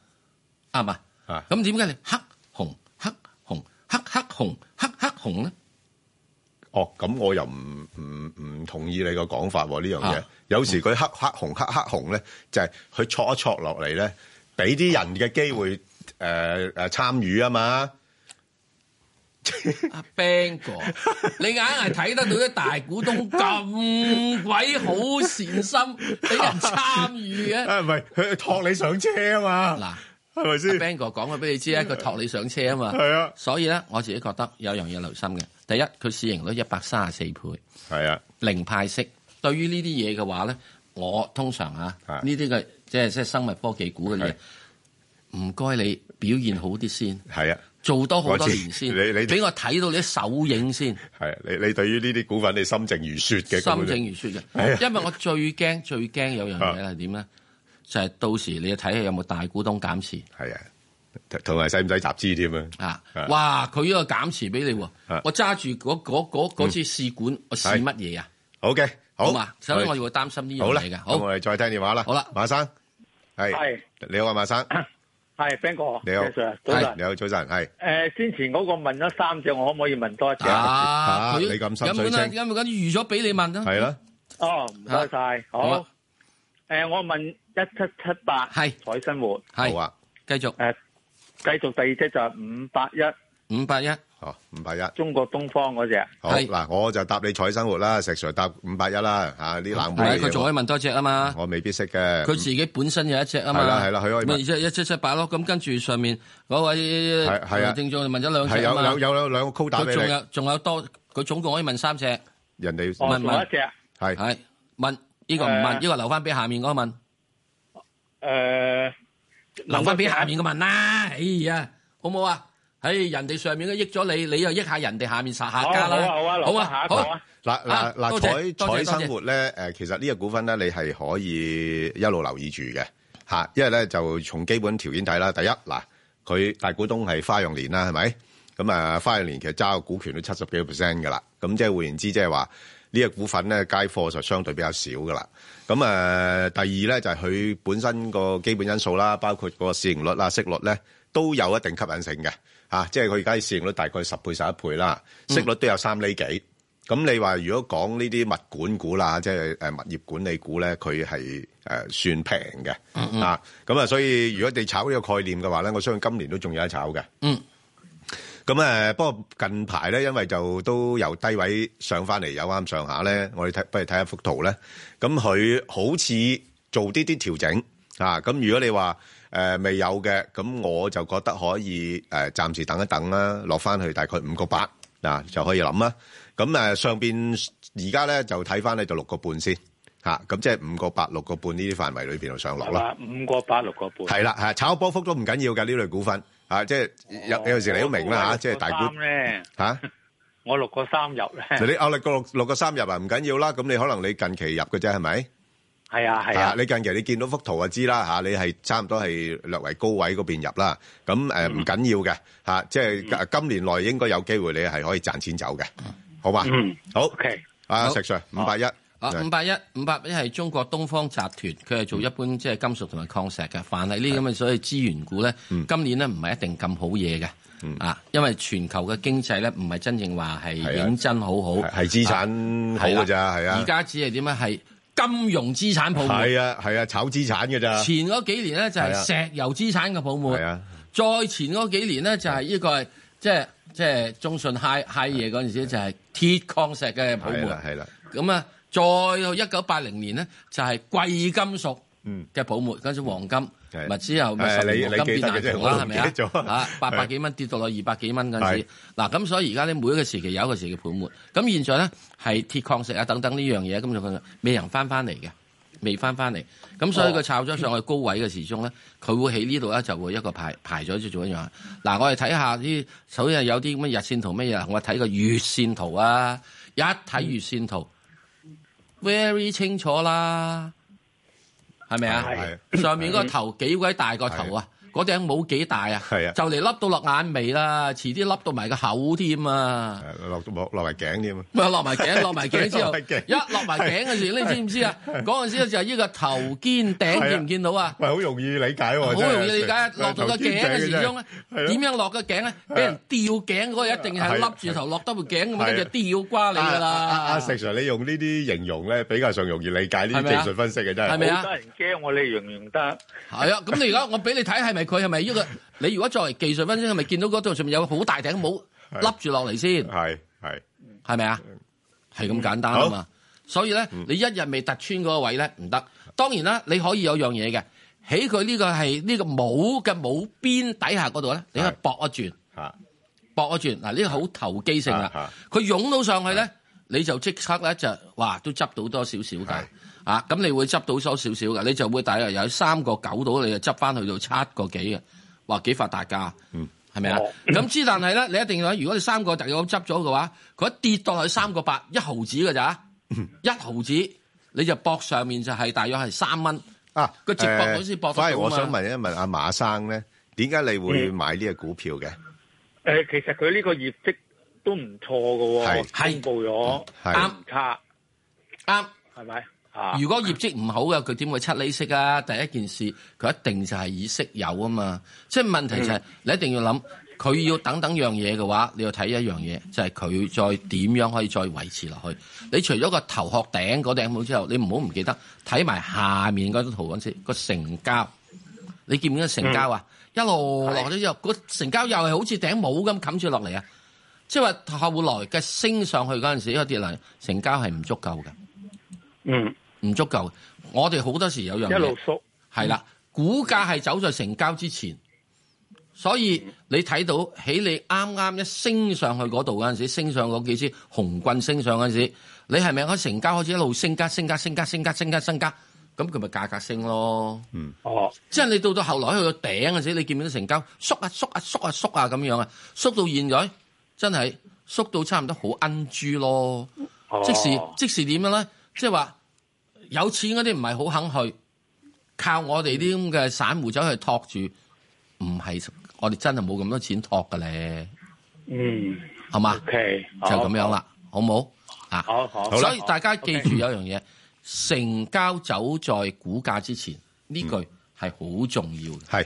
B: 啱嘛？
A: 啊
B: 咁點解你黑紅黑紅黑黑紅黑黑紅咧？
A: 哦，咁我又唔唔唔同意你個講法喎呢樣嘢
B: 啊。
A: 有時佢黑黑紅黑黑紅咧，就係佢戳一戳落嚟咧，俾啲人嘅機會誒誒參與啊嘛。
B: 阿 Bang
A: (laughs)
B: 哥，你硬係睇得到啲大股東咁鬼好善
A: (laughs)
B: 心，俾人參與嘅。
A: 啊，唔係佢托你上車啊
B: 嗱
A: 嘛，，係咪
B: 阿
A: 先？
B: Bang 哥講咗俾你知咧，佢托你上車啊嘛。
A: 係啊
B: 所以咧，我自己覺得有樣嘢留心嘅。第一，佢市盈率一百三十四倍。
A: 係啊，
B: 零派息。對於呢啲嘢嘅話咧，我通常啊，
A: 係
B: 呢啲嘅即係即係生物科技股嘅嘢，唔該你表現好啲先，
A: 係啊。
B: 做多好多
A: 我知
B: 年先，
A: 你你
B: 俾我睇到你啲手影先，
A: 係你你對於呢啲股份你心靜如雪嘅，
B: 心
A: 咁
B: 正如雪
A: 係啊啊
B: 嘅。因為我最驚最驚有樣嘢係點咧？就係到時你睇下有冇大股東減持
A: 係啊，同同埋使唔使集資添啊？
B: 啊
A: 係！
B: 哇，佢呢個減持俾你喎
A: 係，
B: 我揸住嗰嗰嗰嗰支試管，我試乜嘢啊？
A: 好嘅，嗯好
B: 好嘛，所以我就會擔心呢
A: 好
B: 樣
A: 啦，
B: 嘢嘅。
A: 咁我哋再聽電話啦。
B: 好啦
A: 馬生，係
F: 係
A: 你好啊，馬生，
F: 系 Ben 哥，
A: 你好
F: Sir，早晨。
A: 你好早晨，係
F: 诶，先前嗰個問咗三隻，我可唔可以問多一隻？
B: 啊！
A: 啊
B: 佢
A: 你咁心水
B: 有冇得
A: 清
B: 有冇咁預咗俾你問啊？
A: 係啦，
F: 哦，唔該晒，
B: 好啊
F: 好。诶，我問一七七八，
B: 係
F: 彩生活，
A: 好
B: 係
A: 啊，
B: 繼續
F: 繼續第二隻就係五八一
B: 五八一
A: 哦，五百一。
F: 中國東方嗰哦只。
A: 好
B: 係
A: 嗱，我就答你彩生活啦，石 Sir 答五百一啦，吓呢冷門嘅
B: 係佢仲可
A: 嘢
B: 以問多隻啊嘛，
A: 我我未必識嘅。
B: 佢自己本身有一隻啊嘛，
A: 嗯係啦係啦佢可以問
B: 咪即係一七七八咯，咁跟住上面嗰位
A: 係係啊
B: 聽眾就問咗兩
A: 係
B: 隻啊
A: 有有
B: 嘛，
A: 有有兩個 quota
B: 佢
A: 俾
B: 仲有
A: 你，
B: 仲有多，佢總共可以問三隻，
A: 人哋
F: 哦，
B: 問
F: 仲有一隻，
A: 係
B: 係問呢個唔問，
F: 誒
B: 呢個留翻俾下面嗰個問，
F: 诶，
B: 留翻俾下面嗰個問啦，哎呀，好唔好啊？唉，人哋上面都益咗你，你又益下人哋下面殺下
F: 好
B: 家
F: 啊好
B: 啦，
F: 啊好啊，留翻下一個啊。
A: 嗱
B: 啊
A: 嗱嗱
B: 多謝多謝
A: 彩彩
B: 多謝
A: 生活咧，誒其實呢個股份咧，你係可以一路留意住嘅嚇，因為咧就從基本條件睇啦。第一嗱，佢大股東係花樣年啦，係咪？咁啊，花樣年其實揸個股權都七十幾個 percent 噶啦。咁即係換言之，即係話呢個股份咧，街貨就相對比較少噶啦。咁啊，第二咧就係佢本身個基本因素啦，包括個市盈率啦、息率咧，都有一定吸引性嘅嚇、即係佢而家市盈率大概十倍、十一倍啦，息率都有三厘幾。咁你話如果講呢啲物管股啦，即係誒物業管理股咧，佢係誒算平嘅、啊。咁啊，所以如果你炒呢個概念嘅話咧，我相信今年都仲有得炒嘅。
B: 嗯。
A: 咁誒，不過近排咧，因為就都由低位上翻嚟，有啱上下咧，我哋睇不如睇下幅圖咧。咁佢好似做啲啲調整啊。咁如果你話誒、呃未有嘅，咁我就覺得可以誒、呃、暫時等一等啦，落翻去大概五個八嗱就可以諗啦。咁誒、呃上邊而家咧就睇翻咧就六個半先嚇，咁、即係五個八六個半呢啲範圍裏邊就上落
F: 係
A: 啦。
F: 嘛？五個八六個半。
A: 係啦，係炒波幅都唔緊要㗎，呢類股份啊，即係
F: 哦
A: 有有時你都明啦啊嚇，即係大股
F: 股咧，
A: 嚇。
B: (laughs)
F: 我六個三入咧。
A: 你壓力個六六個三入啊，唔緊要啦。咁你可能你近期入嘅啫，係咪？
F: 係啊係啊
A: 啊，你近期你見到幅圖就知啦嚇，你係差唔多係略為高位嗰邊入啦。咁誒唔緊要嘅嚇，即係今年內應該有機會你係可以賺錢走嘅，好嘛？
F: 嗯
A: 好。
F: ，OK，
A: 啊，
B: 好
A: 石 Sir，五百一。
B: 啊，
A: 係
B: 五八一五八一係中國東方集團，佢係做一般即係金屬同埋礦石嘅。凡係呢啲咁嘅所謂資源股咧，
A: 嗯
B: 今年咧唔係一定咁好嘢嘅。啊，因為全球嘅經濟咧唔係真正話係
A: 係啊
B: 認真好好，
A: 係係資產好㗎咋，係
B: 而
A: 啊，
B: 家只係點咧？係金融資產泡沫。
A: 係啊，係啊，炒資產㗎咋，
B: 前嗰幾年咧就係
A: 係啊
B: 石油資產嘅泡沫，
A: 係啊，
B: 再前嗰幾年咧就係呢個係即係即係中信 high high 嘢嗰陣時就係鐵礦石嘅泡
A: 係
B: 沫
A: 啦，。係啦，
B: 咁啊，再到一九八零年咧，就係、貴金屬
A: 嗯
B: 嘅泡沫，跟住黃金，
A: 係
B: 咪之後咪
A: 誒
B: 十年
A: 你
B: 黃金
A: 你記
B: 變
A: 得
B: 難
A: 嘅啫
B: 逃
A: 我唔
B: 啦，係咪
A: 記得咗
B: 啊？八百幾蚊跌到落二百幾蚊嗰陣時，嗱咁所以而家咧每一個時期有一個時期泡沫，咁現在咧係鐵礦石啊等等呢樣嘢，咁就佢未人翻翻嚟嘅。未翻翻嚟，咁
A: 哦
B: 所以佢炒咗上去高位嘅時鐘咧，佢會喺呢度咧就會一個排排咗做一樣。嗱，我哋睇下啲，首先係有啲咁嘅日線圖乜嘢，我睇個月線圖啊，一睇月線圖 very 清楚啦，係咪啊？
A: 係
B: 上面嗰個頭幾鬼大個頭啊，嗰頂帽幾大啊？
A: 係啊
B: 就嚟笠到落眼眉啦，遲啲笠到埋個口添啊！
A: 誒落落落埋頸添啊！
B: 咪落埋頸，落埋頸之
A: 落
B: 後，
A: 埋頸
B: 一落埋頸嘅時，你知唔知啊？嗰陣時就係呢個頭肩頂，
A: 啊
B: 見唔見到啊？
A: 喂，好容易理解喎，
B: 好
A: 真係
B: 容易理解，落到個頸嘅時鐘
A: 係
B: 咧，
A: 咯
B: 點樣落個頸咧？俾人吊頸嗰個一定係笠住頭落得條頸咁，跟住吊瓜你
A: 啊
B: 噶
A: 啊啊啊
B: 啦。
A: 石 Sir，你用呢啲形容咧，比較上容易理解呢啲
B: 係咪啊
A: 技術分析嘅真係。
B: 係咪啊
F: 好多人驚我哋形容得，
B: 係啊，咁你而家我俾你睇係咪佢係咪呢個？你如果作為技術分析，係咪見到嗰度上面有個好大頂帽
A: 係
B: 笠住落嚟先？
A: 係係
B: 係咪啊？係咁簡單啊嘛。所以咧，你一日未突穿嗰個位咧，唔得。當然啦，你可以有樣嘢嘅，喺佢呢個係呢個帽嘅帽邊底下嗰度咧，你可以
A: 係
B: 搏一轉，
A: 嚇
B: 搏一轉。嗱，呢個好投機性
A: 係係
B: 啦。佢湧到上去咧，
A: 啊
B: 你就即刻咧就哇都執到多少少㗎
A: 係。
B: 啊，咁你會執到多少少㗎？你就會大約有三個九到，你就執翻去到七個幾嘅，哇幾發達㗎！
A: 嗯
B: 係咪啊
F: 哦？
B: 咁之但係咧，你一定要，如果你三個特約咁執咗嘅話，佢一跌到落去三個八一毫子嘅咋，
A: 嗯
B: 一毫子你就搏上面就係大約係三蚊。
A: 啊！
B: 個接駁好似
A: 誒
B: 駁得到
A: 反而我
B: 嘛
A: 想問一問阿馬生咧，點解你會買呢個股票嘅？
F: 誒，呃其實佢呢個業績都唔錯
A: 係
F: 嘅喎，
B: 係
F: 公布咗
A: 係
B: 啱
F: 唔差，
B: 啱，
F: 係咪啊？
B: 如果業績唔好嘅，佢點會七厘息啊？第一件事，佢一定就係以息有啊嘛。即係問題就係、你一定要諗，佢要等等樣嘢嘅話，你要睇一樣嘢，就係、佢再點樣可以再維持落去。你除咗個頭殼頂嗰頂帽之後，你唔好唔記得睇埋下面嗰張圖嗰陣時個成交。你見唔見到成交啊？一路落咗之後，個成交又係好似頂帽咁冚住落嚟啊！即係話後來嘅升上去嗰陣時，一個跌落嚟，成交係唔足夠嘅。
F: 嗯，
B: 唔足夠。我哋好多時有樣
F: 一路
B: 嘢
F: 縮，
B: 係啦，股價係走在成交之前，所以
F: 嗯
B: 你睇到喺你啱啱一升上去嗰度嗰陣時，升上嗰幾支紅棍升上嗰陣時，你係咪個成交開始一路升加升加升加升加升加升加？咁佢咪價格升咯。
F: 哦，
B: 即係你到到後來去到頂嗰時，你見唔見到成交縮啊縮啊縮啊縮啊咁樣啊，縮到現在真係縮到差唔多好奀豬咯。
F: 哦
B: 即時即時點樣咧？即係話有錢嗰啲唔係好肯去，靠我哋啲咁嘅散户走去托住，唔係我哋真係冇咁多錢托嘅咧，
F: 嗯
B: 係嘛？
F: ，OK，
B: 啊就咁樣啦，好冇啊？
F: 好，好哦好，
B: 所以大家記住
F: OK
B: 有樣嘢，成交走在股價之前呢句係好重要嘅。
A: 係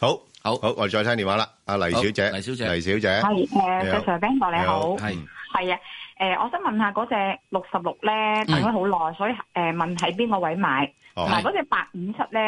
A: 好，
B: 好
A: 好，我哋再聽電話啦。阿黎
B: 好
A: 小姐，
B: 黎小姐
A: 黎小姐，
G: 係誒
A: 你好
G: 石 Sir Ben 哥你好，
B: 係
G: 係啊誒，我想問下嗰只六十六咧等咗好耐，所以誒問喺邊個位買，
A: 哦
G: 同埋嗰只八五七咧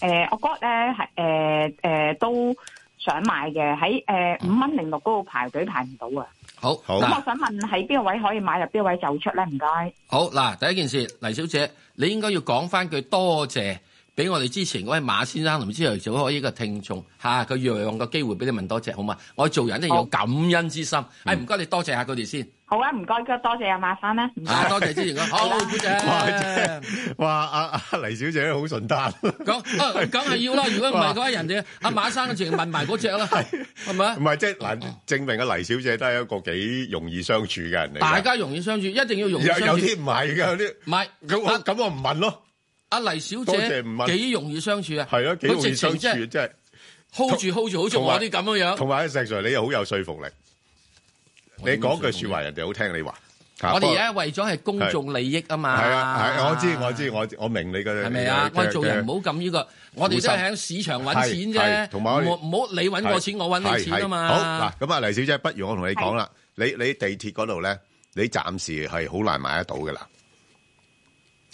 G: 誒，我覺得咧係誒誒都想買嘅，喺誒五蚊零六嗰度排隊排唔到啊，
B: 好，
A: 好
G: 咁
B: 嗱
G: 我想問喺邊個位可以買入，邊個位走出咧？唔該，
B: 好嗱，第一件事，黎小姐，你應該要講翻句多謝俾我哋之前嗰位馬先生同之前嗰位呢個聽眾嚇，佢、讓個機會俾你問多謝好嘛？我做人一定有感恩之
A: 嗯
B: 心，誒唔該你多謝下佢哋先，
G: 好啊，唔該，多謝阿馬生啦，唔
B: 啊
G: 該，
B: 多謝之前
A: (laughs)
B: 嗰好多
A: 哇真
B: 謝，
A: 係哇！阿阿黎小姐好順單，
B: 咁啊梗係要啦，如果唔係嘅話，人哋阿馬生直情問埋嗰只啦，係咪啊
A: (laughs) 唔？係即係嗱，證明阿黎小姐都係一個幾容易相處嘅人嚟㗎。
B: 大家容易相處，一定要容易
A: 有
B: 相
A: 有
B: 處，
A: 啲唔係嘅，有啲
B: 唔係
A: 咁
B: 啊
A: 我咁我唔問咯，
B: 阿黎小
A: 多謝
B: 姐
A: 唔問
B: 幾容易相處啊？
A: 係咯，幾容易相處
B: 佢直情即係
A: 真係。
B: hold 住 hold 住，好似我啲咁樣樣。
A: 同埋阿石 Sir，你又好有說服力，你講句説話，人哋好聽你話。
B: 我哋而家為咗係公眾利益啊嘛，
A: 啊係啊，係我知我知我知我明你嘅
B: 係咪啊？我哋做人
A: 冇
B: 唔好咁呢個，我哋都係喺市場揾錢
A: 係
B: 啫，
A: 係同埋我哋
B: 唔好唔好你揾我錢，我揾你錢啊嘛。
A: 好嗱，咁啊，黎小姐，不如我同你講啦，你你地鐵嗰度咧，你暫時係好難買得到嘅啦。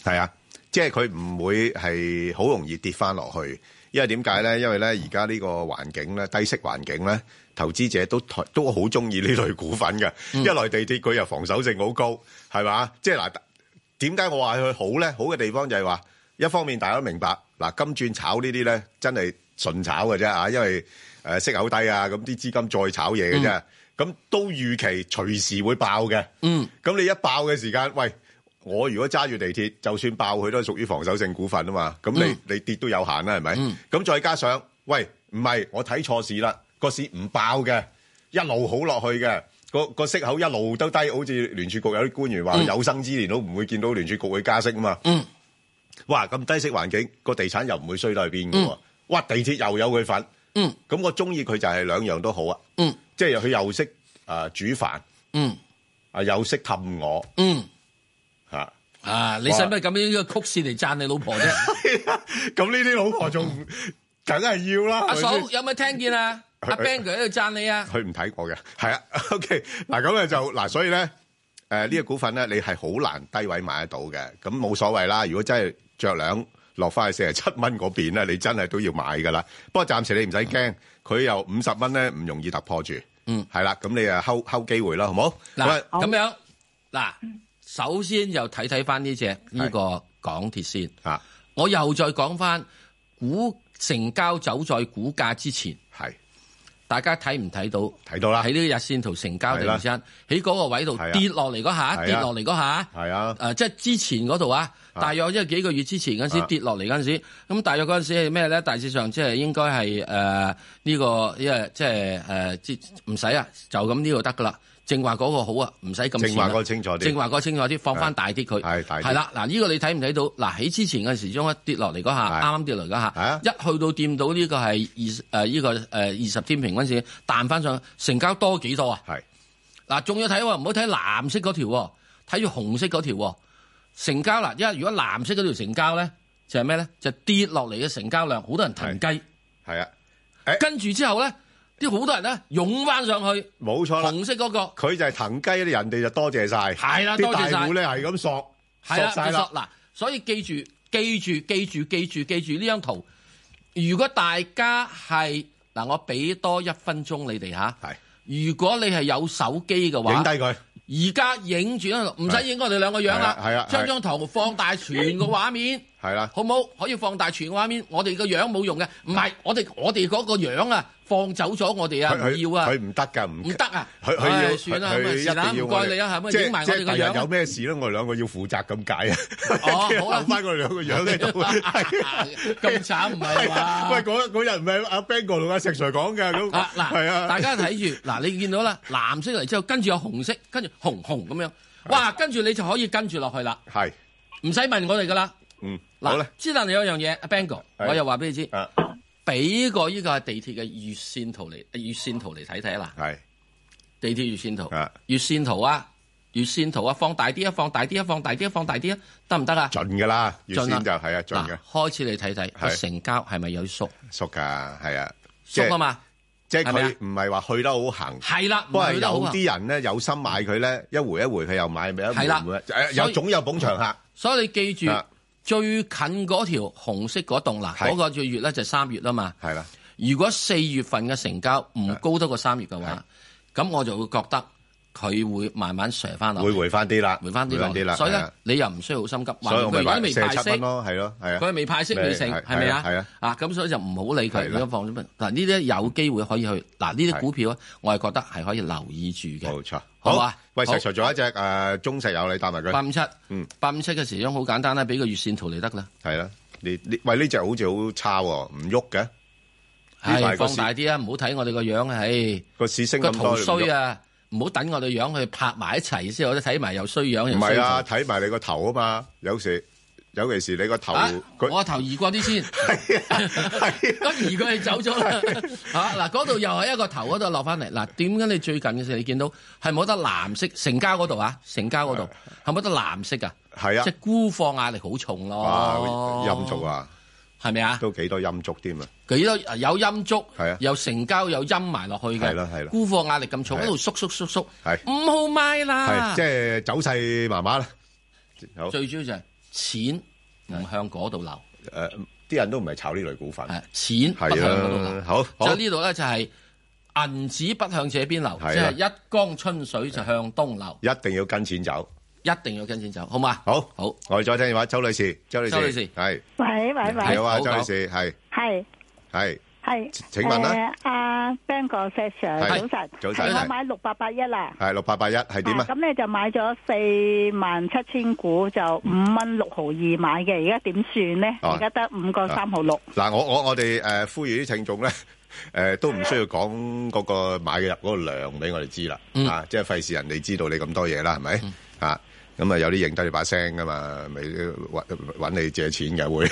A: 係啊，即係佢唔會係好容易跌翻落去，因為點解咧？因為咧而家呢個環境咧，低息環境咧，投資者都台都好中意呢類股份嘅。一來地鐵佢又防守性好高，係嘛？即係嗱，點解我話佢好咧？好嘅地方就係話，一方面大家都明白嗱，金鑽炒呢啲咧真係純炒嘅啫啊，因為誒息口低啊，咁啲資金再炒嘢嘅啫，咁都預期隨時會爆嘅。
B: 嗯，
A: 咁你一爆嘅時間，喂，我如果揸住地鐵，就算爆佢都係屬於防守性股份啊嘛。咁你、
B: 嗯
A: 你跌都有限啦，係咪？
B: 嗯
A: 咁、再加上，喂，唔係我睇錯市啦，個市唔爆嘅，一路好落去嘅，個個息口一路都低，好似聯儲局有啲官員話、
B: 嗯
A: 有生之年都唔會見到聯儲局會加息啊嘛。
B: 嗯，
A: 哇，咁低息環境，個地產又唔會衰到去邊嘅喎。哇，地鐵又有佢份，
B: 嗯
A: 咁我中意佢就係兩樣都好啊。
B: 嗯，
A: 即係佢又識啊煮飯
B: 嗯
A: 啊，又識氹我
B: 嗯，
A: 嚇。
B: 啊，你使唔使咁樣呢個曲線嚟讚你老婆啫？
A: (laughs) 咁呢啲老婆仲唔梗係要啦。係
B: 阿
A: 咪
B: 嫂
A: 先
B: 有冇聽見啊？阿 Ben 佢喺度讚你啊！
A: 佢唔睇我嘅，係啊 (laughs) ，OK，嗱咁咧就嗱，所以咧誒呢個股份咧，你係好難低位買得到嘅，咁冇所謂啦。如果真係着兩落翻去四十七蚊嗰邊咧，你真係都要買噶啦。不過暫時你唔使驚，佢由五十蚊咧唔容易突破住，
B: 嗯，
A: 係啦，咁你啊睺睺機會啦，好冇？
B: 嗱
A: 好啊
B: 咁樣嗱，首先就睇睇翻呢只呢個港鐵先。
A: 啊，
B: 我又再講翻股成交走在股價之前，
A: 係
B: 大家睇唔睇到？
A: 睇到啦，
B: 喺呢個日線圖成交突然之間喺嗰個位度
A: 係啊
B: 跌落嚟嗰
A: 係啊
B: 下，跌落嚟嗰下，
A: 係啊，
B: 誒即係之前嗰度啊，
A: 啊
B: 大約因為幾個月之前嗰陣
A: 啊
B: 時跌落嚟嗰陣時，咁大約嗰陣時係咩咧？大致上即係應該係誒呢個，因為即係誒即唔使啊，就咁呢度得噶啦。正話嗰個好啊，唔使咁
A: 正
B: 淺
A: 話
B: 啊
A: 嗰個清楚啲，
B: 正話嗰個清楚啲，放翻
A: 係
B: 大啲佢。
A: 係大啲
B: 係啦，嗱呢個你睇唔睇到？嗱喺之前嘅時鐘一跌落嚟嗰
A: 係
B: 下，啱啱跌落嚟嗰
A: 係啊
B: 下，一去到掂到呢個係二誒呢個誒二十天平均線彈翻上，成交多幾多啊？
A: 係
B: 嗱，仲要睇喎，唔好睇藍色嗰條喎，睇住紅色嗰條喎。成交啦，因為如果藍色嗰條成交咧，就係咩咧？就跌落嚟嘅成交量，好多人騰雞，
A: 係啊，
B: 跟住之後咧，啲好多人咧湧翻上去，
A: 冇錯啦。
B: 紅色嗰、個
A: 佢就係騰雞，人哋就多謝晒，
B: 係啦
A: 啲
B: 多謝晒
A: 大股咧係咁索，索
B: 係啦，
A: 晒
B: 就
A: 啦
B: 索，嗱，所以記住記住記住記住記住呢張圖。如果大家係嗱，我俾多一分鐘你哋吓。
A: 係
B: 如果你係有手機嘅話，
A: 影低佢。
B: 而家影住喺度，唔使影我哋兩個樣啦，
A: 係啊係啊
B: 將張圖放大全個
A: (laughs)
B: 畫面，
A: 係啦，
B: 好冇？可以放大全個畫面，我哋個樣冇用嘅，唔係我哋我哋嗰個樣啊，放走咗我哋啊，
A: 佢佢
B: 唔要啊
A: 佢，唔得㗎，唔
B: 唔得啊，
A: 佢佢
B: 唉
A: 要
B: 算啦，
A: 佢
B: 咁啊
A: 佢
B: 是但
A: 一定要
B: 唔該
A: 我哋
B: 你啊，係
A: 即
B: 咪
A: 係
B: 影埋我哋個
A: 即係第日有
B: 樣？
A: 咩事咧，我哋兩個要負責咁解啊！ (laughs)
B: 哦
A: 即係
B: 好啦
A: 留翻我哋兩個樣喺度。係啊
B: (laughs) 咁慘唔係
A: 係啊 (laughs)
B: 嘛？
A: 喂，嗰嗰日唔係阿 Ben 哥同阿石 Sir 講嘅咁，
B: 啊嗱，
A: 係啊，
B: 大家睇住嗱，你見到啦，藍色嚟之後，跟住有紅色，跟住紅紅咁樣，哇，跟住你就可以跟住落去啦，
A: 係
B: 唔使問我哋噶啦。
A: 嗯好
B: 嗱
A: 啦，，
B: 之但你有一樣嘢，阿 Bang 哥，
A: 係
B: 我又話俾你知。
A: 啊
B: 俾個呢個係地鐵嘅月線圖嚟，啊月線圖嚟睇睇啦。
A: 係
B: 地鐵月線圖
A: 啊，
B: 月線圖啊，月線圖啊，放大啲啊，放大啲啊，放大啲啊，放大啲啊，得唔得啊？
A: 盡㗎啦，原
B: 盡啦
A: 先就係啊盡
B: 嗱
A: 嘅，
B: 開始你睇睇個
A: 係
B: 成交係咪有縮
A: 縮㗎係啊，即
B: 縮啊
A: 係
B: 嘛？
A: 即係
B: 係咪啊
A: 佢唔係話去得好行。
B: 係啦，
A: 不過
B: 唔係好
A: 有
B: 啊
A: 啲人咧有心買佢咧，一回一回佢又買，咪一回
B: 係啦
A: 一回誒有
B: 所以
A: 總有捧場客，
B: 所以你記住
A: 啊
B: 最近嗰條紅色嗰棟嗱，
A: 係
B: 嗰個最月咧就係三月啊嘛。
A: 係啦，
B: 如果四月份嘅成交唔
A: 係
B: 高得過三月嘅話，咁我就會覺得佢會慢慢上翻落嚟
A: 會。回翻啲啦，
B: 回翻啲落
A: 啲啦，
B: 嚟，所以
A: 係
B: 咧
A: 啊
B: 你又唔需要好心急，話
A: 所以我
B: 佢
A: 咪
B: 而家
A: 話
B: 都未
A: 四
B: 派
A: 十七
B: 息
A: 蚊，咯，係咯，係
B: 佢
A: 啊，
B: 未派息未成，
A: 係
B: 係咪啊？
A: 係啊
B: 啊咁所以就唔好理佢，
A: 係啦
B: 你都放咗佢嗱呢啲有機會可以去嗱呢
A: 係
B: 啲股票咧，我係覺得係可以留意住嘅
A: 冇。錯。
B: 好
A: 好
B: 啊，
A: 喂，
B: 好
A: 石 Sir 仲有一隻誒中石油，你答埋
B: 八
A: 佢，
B: 五七
A: 嗯，
B: 八五七嘅時鐘好簡單啦，俾個月線圖你得啦，
A: 係啦，你你喂呢只好似好差喎，唔喐嘅，呢排
B: 係
A: 個
B: 放
A: 市
B: 大啲啊，唔好睇我哋個樣啊，唉，
A: 個市升
B: 個
A: 咁
B: 圖
A: 多，
B: 衰
A: 啊！
B: 啊，唔好等我哋樣去拍埋一齊先，我哋睇埋又衰樣
A: 唔
B: 又衰
A: 係啊，
B: 圖。
A: 睇埋你個頭啊嘛，有時尤其是你個頭
B: 啊！
A: 佢 (laughs)
B: 我頭移過啲先，
A: 係啊
B: 咁移過去走咗啦。嚇嗱，嗰度又係一個頭嗰度落翻嚟。嗱，點解你最近嘅時候你見到係冇得藍色成交嗰度啊？成交嗰度係冇得藍色啊？
A: 係
B: 即
A: 啊
B: 係，沽貨壓力好重
A: 哇
B: 咯。
A: 陰燭！啊，
B: 係咪啊？
A: 都幾多陰燭添啊！
B: 幾多有陰燭
A: 係啊，
B: 有成交有陰埋落去嘅。
A: 係啦係啦
B: 沽貨壓力咁重，
A: 係
B: 一路縮縮縮縮，
A: 係
B: 五號買啦
A: 係即。係走勢麻麻啦。好誒，
B: 最主要就係錢唔向嗰度流，
A: 啲人都唔係炒呢類股份，
B: 係錢不
A: 係
B: 向嗰度流
A: 啦。。好，好
B: 就呢度咧就係銀紙不向這邊流，
A: 係啊
B: 即
A: 啦
B: 係一江春水就向東流，
A: 一定要跟錢走。
B: 一定要跟錢走，好嘛？
A: 好，
B: 好，
A: 我哋再聽電話，周女士，周女士，
B: 周女士
A: 係
H: 喂喂
B: 係
A: 你
H: 喂，
A: 好啊，
B: 好
A: 周女士，係
H: 系
A: 係，
H: 系，
A: 請問啦
H: 誒
C: Ờ, à,
H: 阿 Ben 哥 Sir
A: 係
H: Sir，早晨，
A: 早晨
H: 係
A: 係
H: 我買六八八一
C: à?
H: 啦，
A: 係六八八一，係點
H: 啊
A: 啊？
H: 咁咧就買咗四萬七千股，就五蚊六毫二買嘅，而家點算咧？
A: 哦
H: 而家得五個三毫六，
A: 嗱，我我我哋誒呼籲啲聽 (laughs) 眾咧，誒都唔需要講嗰個買嘅入嗰個量俾我哋知啦，
B: 嗯
A: 啊，即係費事人哋知道你咁多嘢啦，係咪？啊，咁啊有啲認得你把聲噶嘛，咪揾揾你借錢嘅會。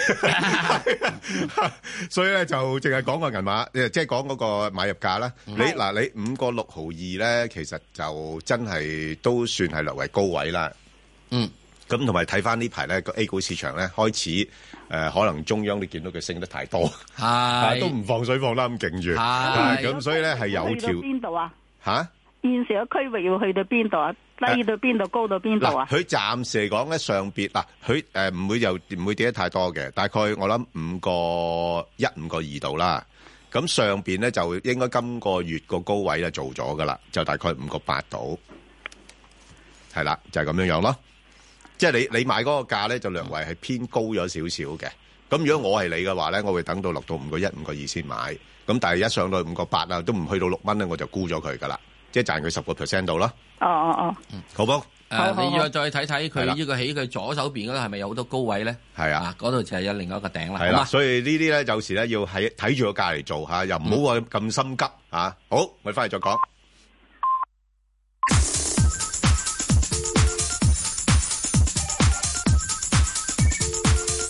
A: (laughs) 所以咧就淨係講個銀碼，即係即係講嗰個買入價啦。你嗱你五個六毫二咧，其實就真係都算係略為高位啦。
B: 嗯，
A: 咁同埋睇翻呢排咧個 A 股市場咧開始誒、呃可能中央都見到佢升得太多，啊
B: 係
A: 都唔放水放得咁勁住，
B: 係
A: 啊咁所以咧係有
H: 去到
A: 條
H: 邊度
C: à?
H: 啊？
A: 嚇。
H: 現時嘅區域要去到邊度啊？低到邊度？高到邊度
A: 嗱，
C: à?
H: 啊？
A: 佢暫時嚟講咧，上邊嗱，佢誒唔會又唔會跌得太多嘅，大概我諗五個一、五個二度啦。咁上邊咧就應該今個月個高位咧做咗噶啦，就大概五個八度，係啦，就係、咁樣樣咯。即係你你買嗰個價咧，就略為係偏高咗少少嘅。咁如果我係你嘅話咧，我會等到落到五個一、五個二先買。咁但係一上到五個八啊，都唔去到六蚊咧，我就沽咗佢噶啦，即係賺佢十個 percent 度啦，
H: 哦
C: Ờ,
H: 哦
A: 好冇？
B: 誒，
H: 好
B: 你
H: 好
B: 要再睇睇
A: 係啦
B: 佢呢個喺佢左手邊嗰度係咪有好多高位咧？
A: 係啊。
B: 啊，嗰度就係有另外一個頂
A: 系
B: 啦，好
A: 啦，
B: 嘛？
A: 所以呢啲咧有時咧要喺睇住個價嚟做吓，又唔好話咁心急吓。好，我哋翻嚟再講。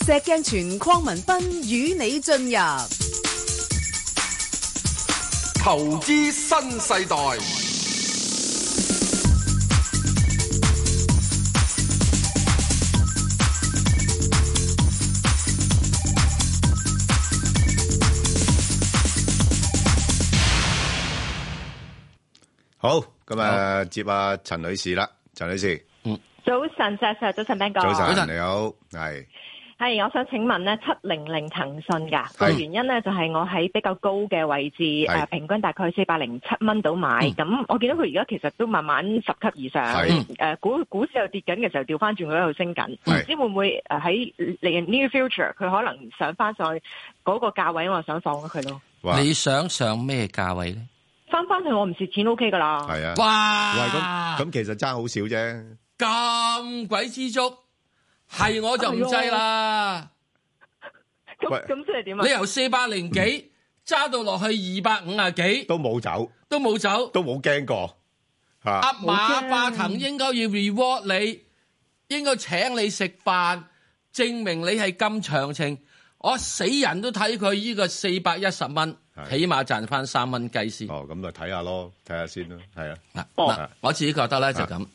D: 石鏡泉邝文斌與你進入
E: 投資新世代，
A: 好，咁啊，接阿陳女士啦，陳女士，
I: 早晨，石 Sir，早晨 Ben 哥。
A: 早
B: 早
A: 晨，
B: 晨
A: 你好，係
I: 係，我想請問咧，七零零騰訊噶
A: 係
I: 個原因咧，就係我喺比較高嘅位置，誒、
A: 係
I: 平均大概四百零七蚊度買。
B: 嗯
I: 咁、我見到佢而家其實都慢慢十級以上，
A: 係
I: 誒、股股市又跌緊嘅時候，調翻轉佢喺度升
B: 嗯
I: 緊，唔
A: 係
I: 知會唔會誒喺嚟 near future 佢可能上翻上去嗰個價位，我就想放咗佢咯。
A: 哇，
B: 你想上咩價位咧？
I: 翻翻去我唔蝕錢 OK 噶啦。
A: 係啊，喂，
B: 哇！
A: 咁咁其實爭好少啫，
B: 咁鬼知足，係我就唔制啦。
I: 咁
A: 喂
I: 咁即係點啊
B: 你？由四百零
A: 嗯
B: 幾揸到落去二百五啊幾，
A: 都冇走，
B: 都冇走。
A: 都冇驚過吓，
B: 阿馬化騰應該要 reward 你，應該請你食飯，證明你係咁長情。我死人都睇佢呢個四百一十蚊，
A: 係
B: 起碼賺翻三蚊雞先。
A: 哦，咁就睇下咯，睇下先咯，係啊，
B: 嗱
A: 哦啊
B: 嗱，我自己覺得咧就咁。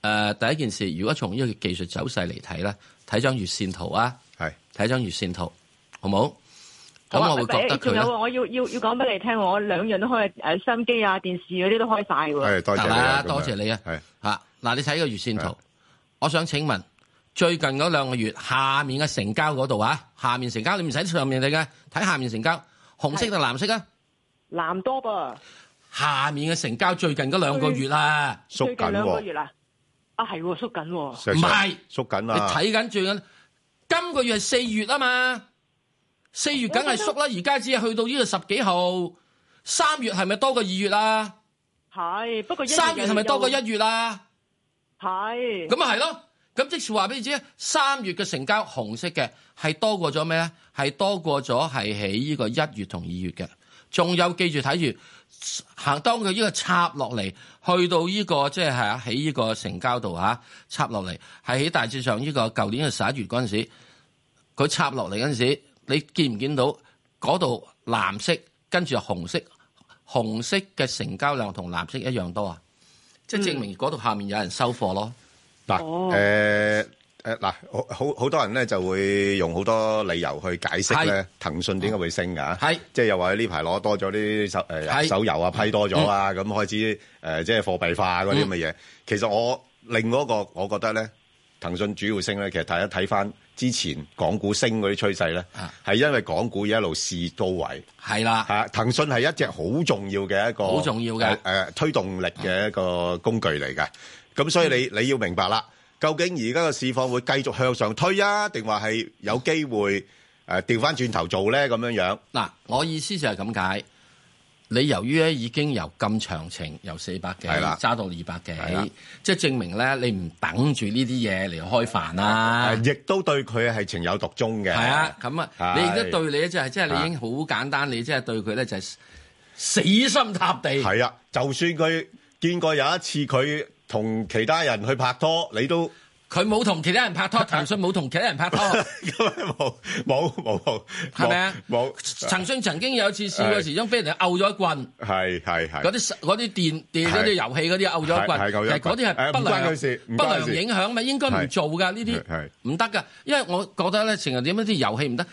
B: 誒，第一件事，如果從呢個技術走勢嚟睇咧，睇張月線圖啊，
A: 係
B: 睇張月線圖，好冇？
I: 好啊
B: 咁我會覺得佢
I: 仲
B: 咧
I: 有。喎我要要要講俾你聽，我兩樣都開，誒收音機啊、電視嗰啲都開晒喎。
A: 係多謝
B: 得
A: 你啊
B: 啦，
A: 咁
B: 多謝你啊！
A: 係
B: 嚇嗱，你睇個月線
A: 係
B: 圖，我想請問最近嗰兩個月下面嘅成交嗰度啊，下面成交你唔使上面睇嘅，睇下面成交，紅色定藍色啊？
I: 藍多噃，
B: 下面嘅成交最近嗰兩個月啊，
A: 縮
I: 最近
A: 緊
I: 兩個
A: 喎，
I: 月啦。啊，係喎，縮緊喎。
A: 石 Sir，
B: 唔係
A: 縮緊
B: 你
A: 啦，
B: 睇緊最近今個月係四月啊嘛，四月梗係縮啦，而家只係去到呢個十幾號，三月係咪多過二月啊？
I: 係，不過一
B: 三月係咪多過
I: 又
B: 一月啊？
I: 係
B: 咁啊咪係咯。咁即是話俾你知，三月嘅成交紅色嘅係多過咗咩咧？係多過咗係喺呢個一月同二月嘅。仲有記住睇住行，當佢呢個插落嚟，去到呢、個即係係喺呢個成交度嚇插落嚟，係喺大致上呢個舊年嘅十一月嗰陣時，佢插落嚟嗰陣時，你見唔見到嗰度藍色跟住紅色，紅色嘅成交量同藍色一樣多啊？即係證明嗰度下面有人收貨咯。
A: 嗱，
B: 哦
A: 誒誒嗱，好好好多人咧就會用好多理由去解釋咧
B: 係
A: 騰訊點解會升㗎？
B: 係
A: 即係又話呢排攞多咗啲手誒
B: 係嗯
A: 手遊啊，批多咗啊，咁開始誒即係貨幣化嗰啲咁嘅嘢。其實我另外一個我覺得咧，騰訊主要升咧，其實大家睇翻之前港股升嗰啲趨勢咧
B: 啊，
A: 係因為港股一路試高位。
B: 係啦，
A: 係啊，騰訊係一隻好重要嘅一個
B: 好重要嘅
A: 誒、誒推動力嘅一個工具嚟嘅。咁所以你你要明白啦，究竟而家個市況會繼續向上推啊，定話係有機會誒調翻轉頭做咧咁樣樣？
B: 嗱，我意思就係咁解。你由於咧已經由咁長情，由四百幾
A: 係啦
B: 揸到二
A: 係啦
B: 百幾，即係證明咧你唔等住呢啲嘢嚟開
A: (laughs)
B: 飯啦。
A: 誒亦都對佢係情有獨鍾嘅。
B: 係啊，咁啊，
A: 啊係
B: 你而家對你咧就係即係你已經好簡單，你即係對佢咧就係死心塌地。
A: 係啊，就算佢見過有一次佢同其他人去拍拖，你都 (laughs)
B: 佢冇同其他人拍拖，騰訊冇同其他人拍拖，
A: 咁啊冇冇冇冇，
B: 係咪啊？
A: 冇
B: 騰訊曾經有一次試過
A: 係
B: 時鐘俾人哋摳咗一棍，
A: 係係係
B: 嗰啲嗰啲電電嗰啲遊戲嗰啲摳咗一
A: 係
B: 棍，
A: 係摳咗一棍
B: 其實嗰啲係不
A: 誒唔關
B: 良
A: 佢事唔
B: 不
A: 關佢
B: 良
A: 事
B: 影響嘛，應該唔
A: 係
B: 做㗎呢啲。
A: 係
B: 唔得噶，因為我覺得咧，成日點樣啲遊戲唔得，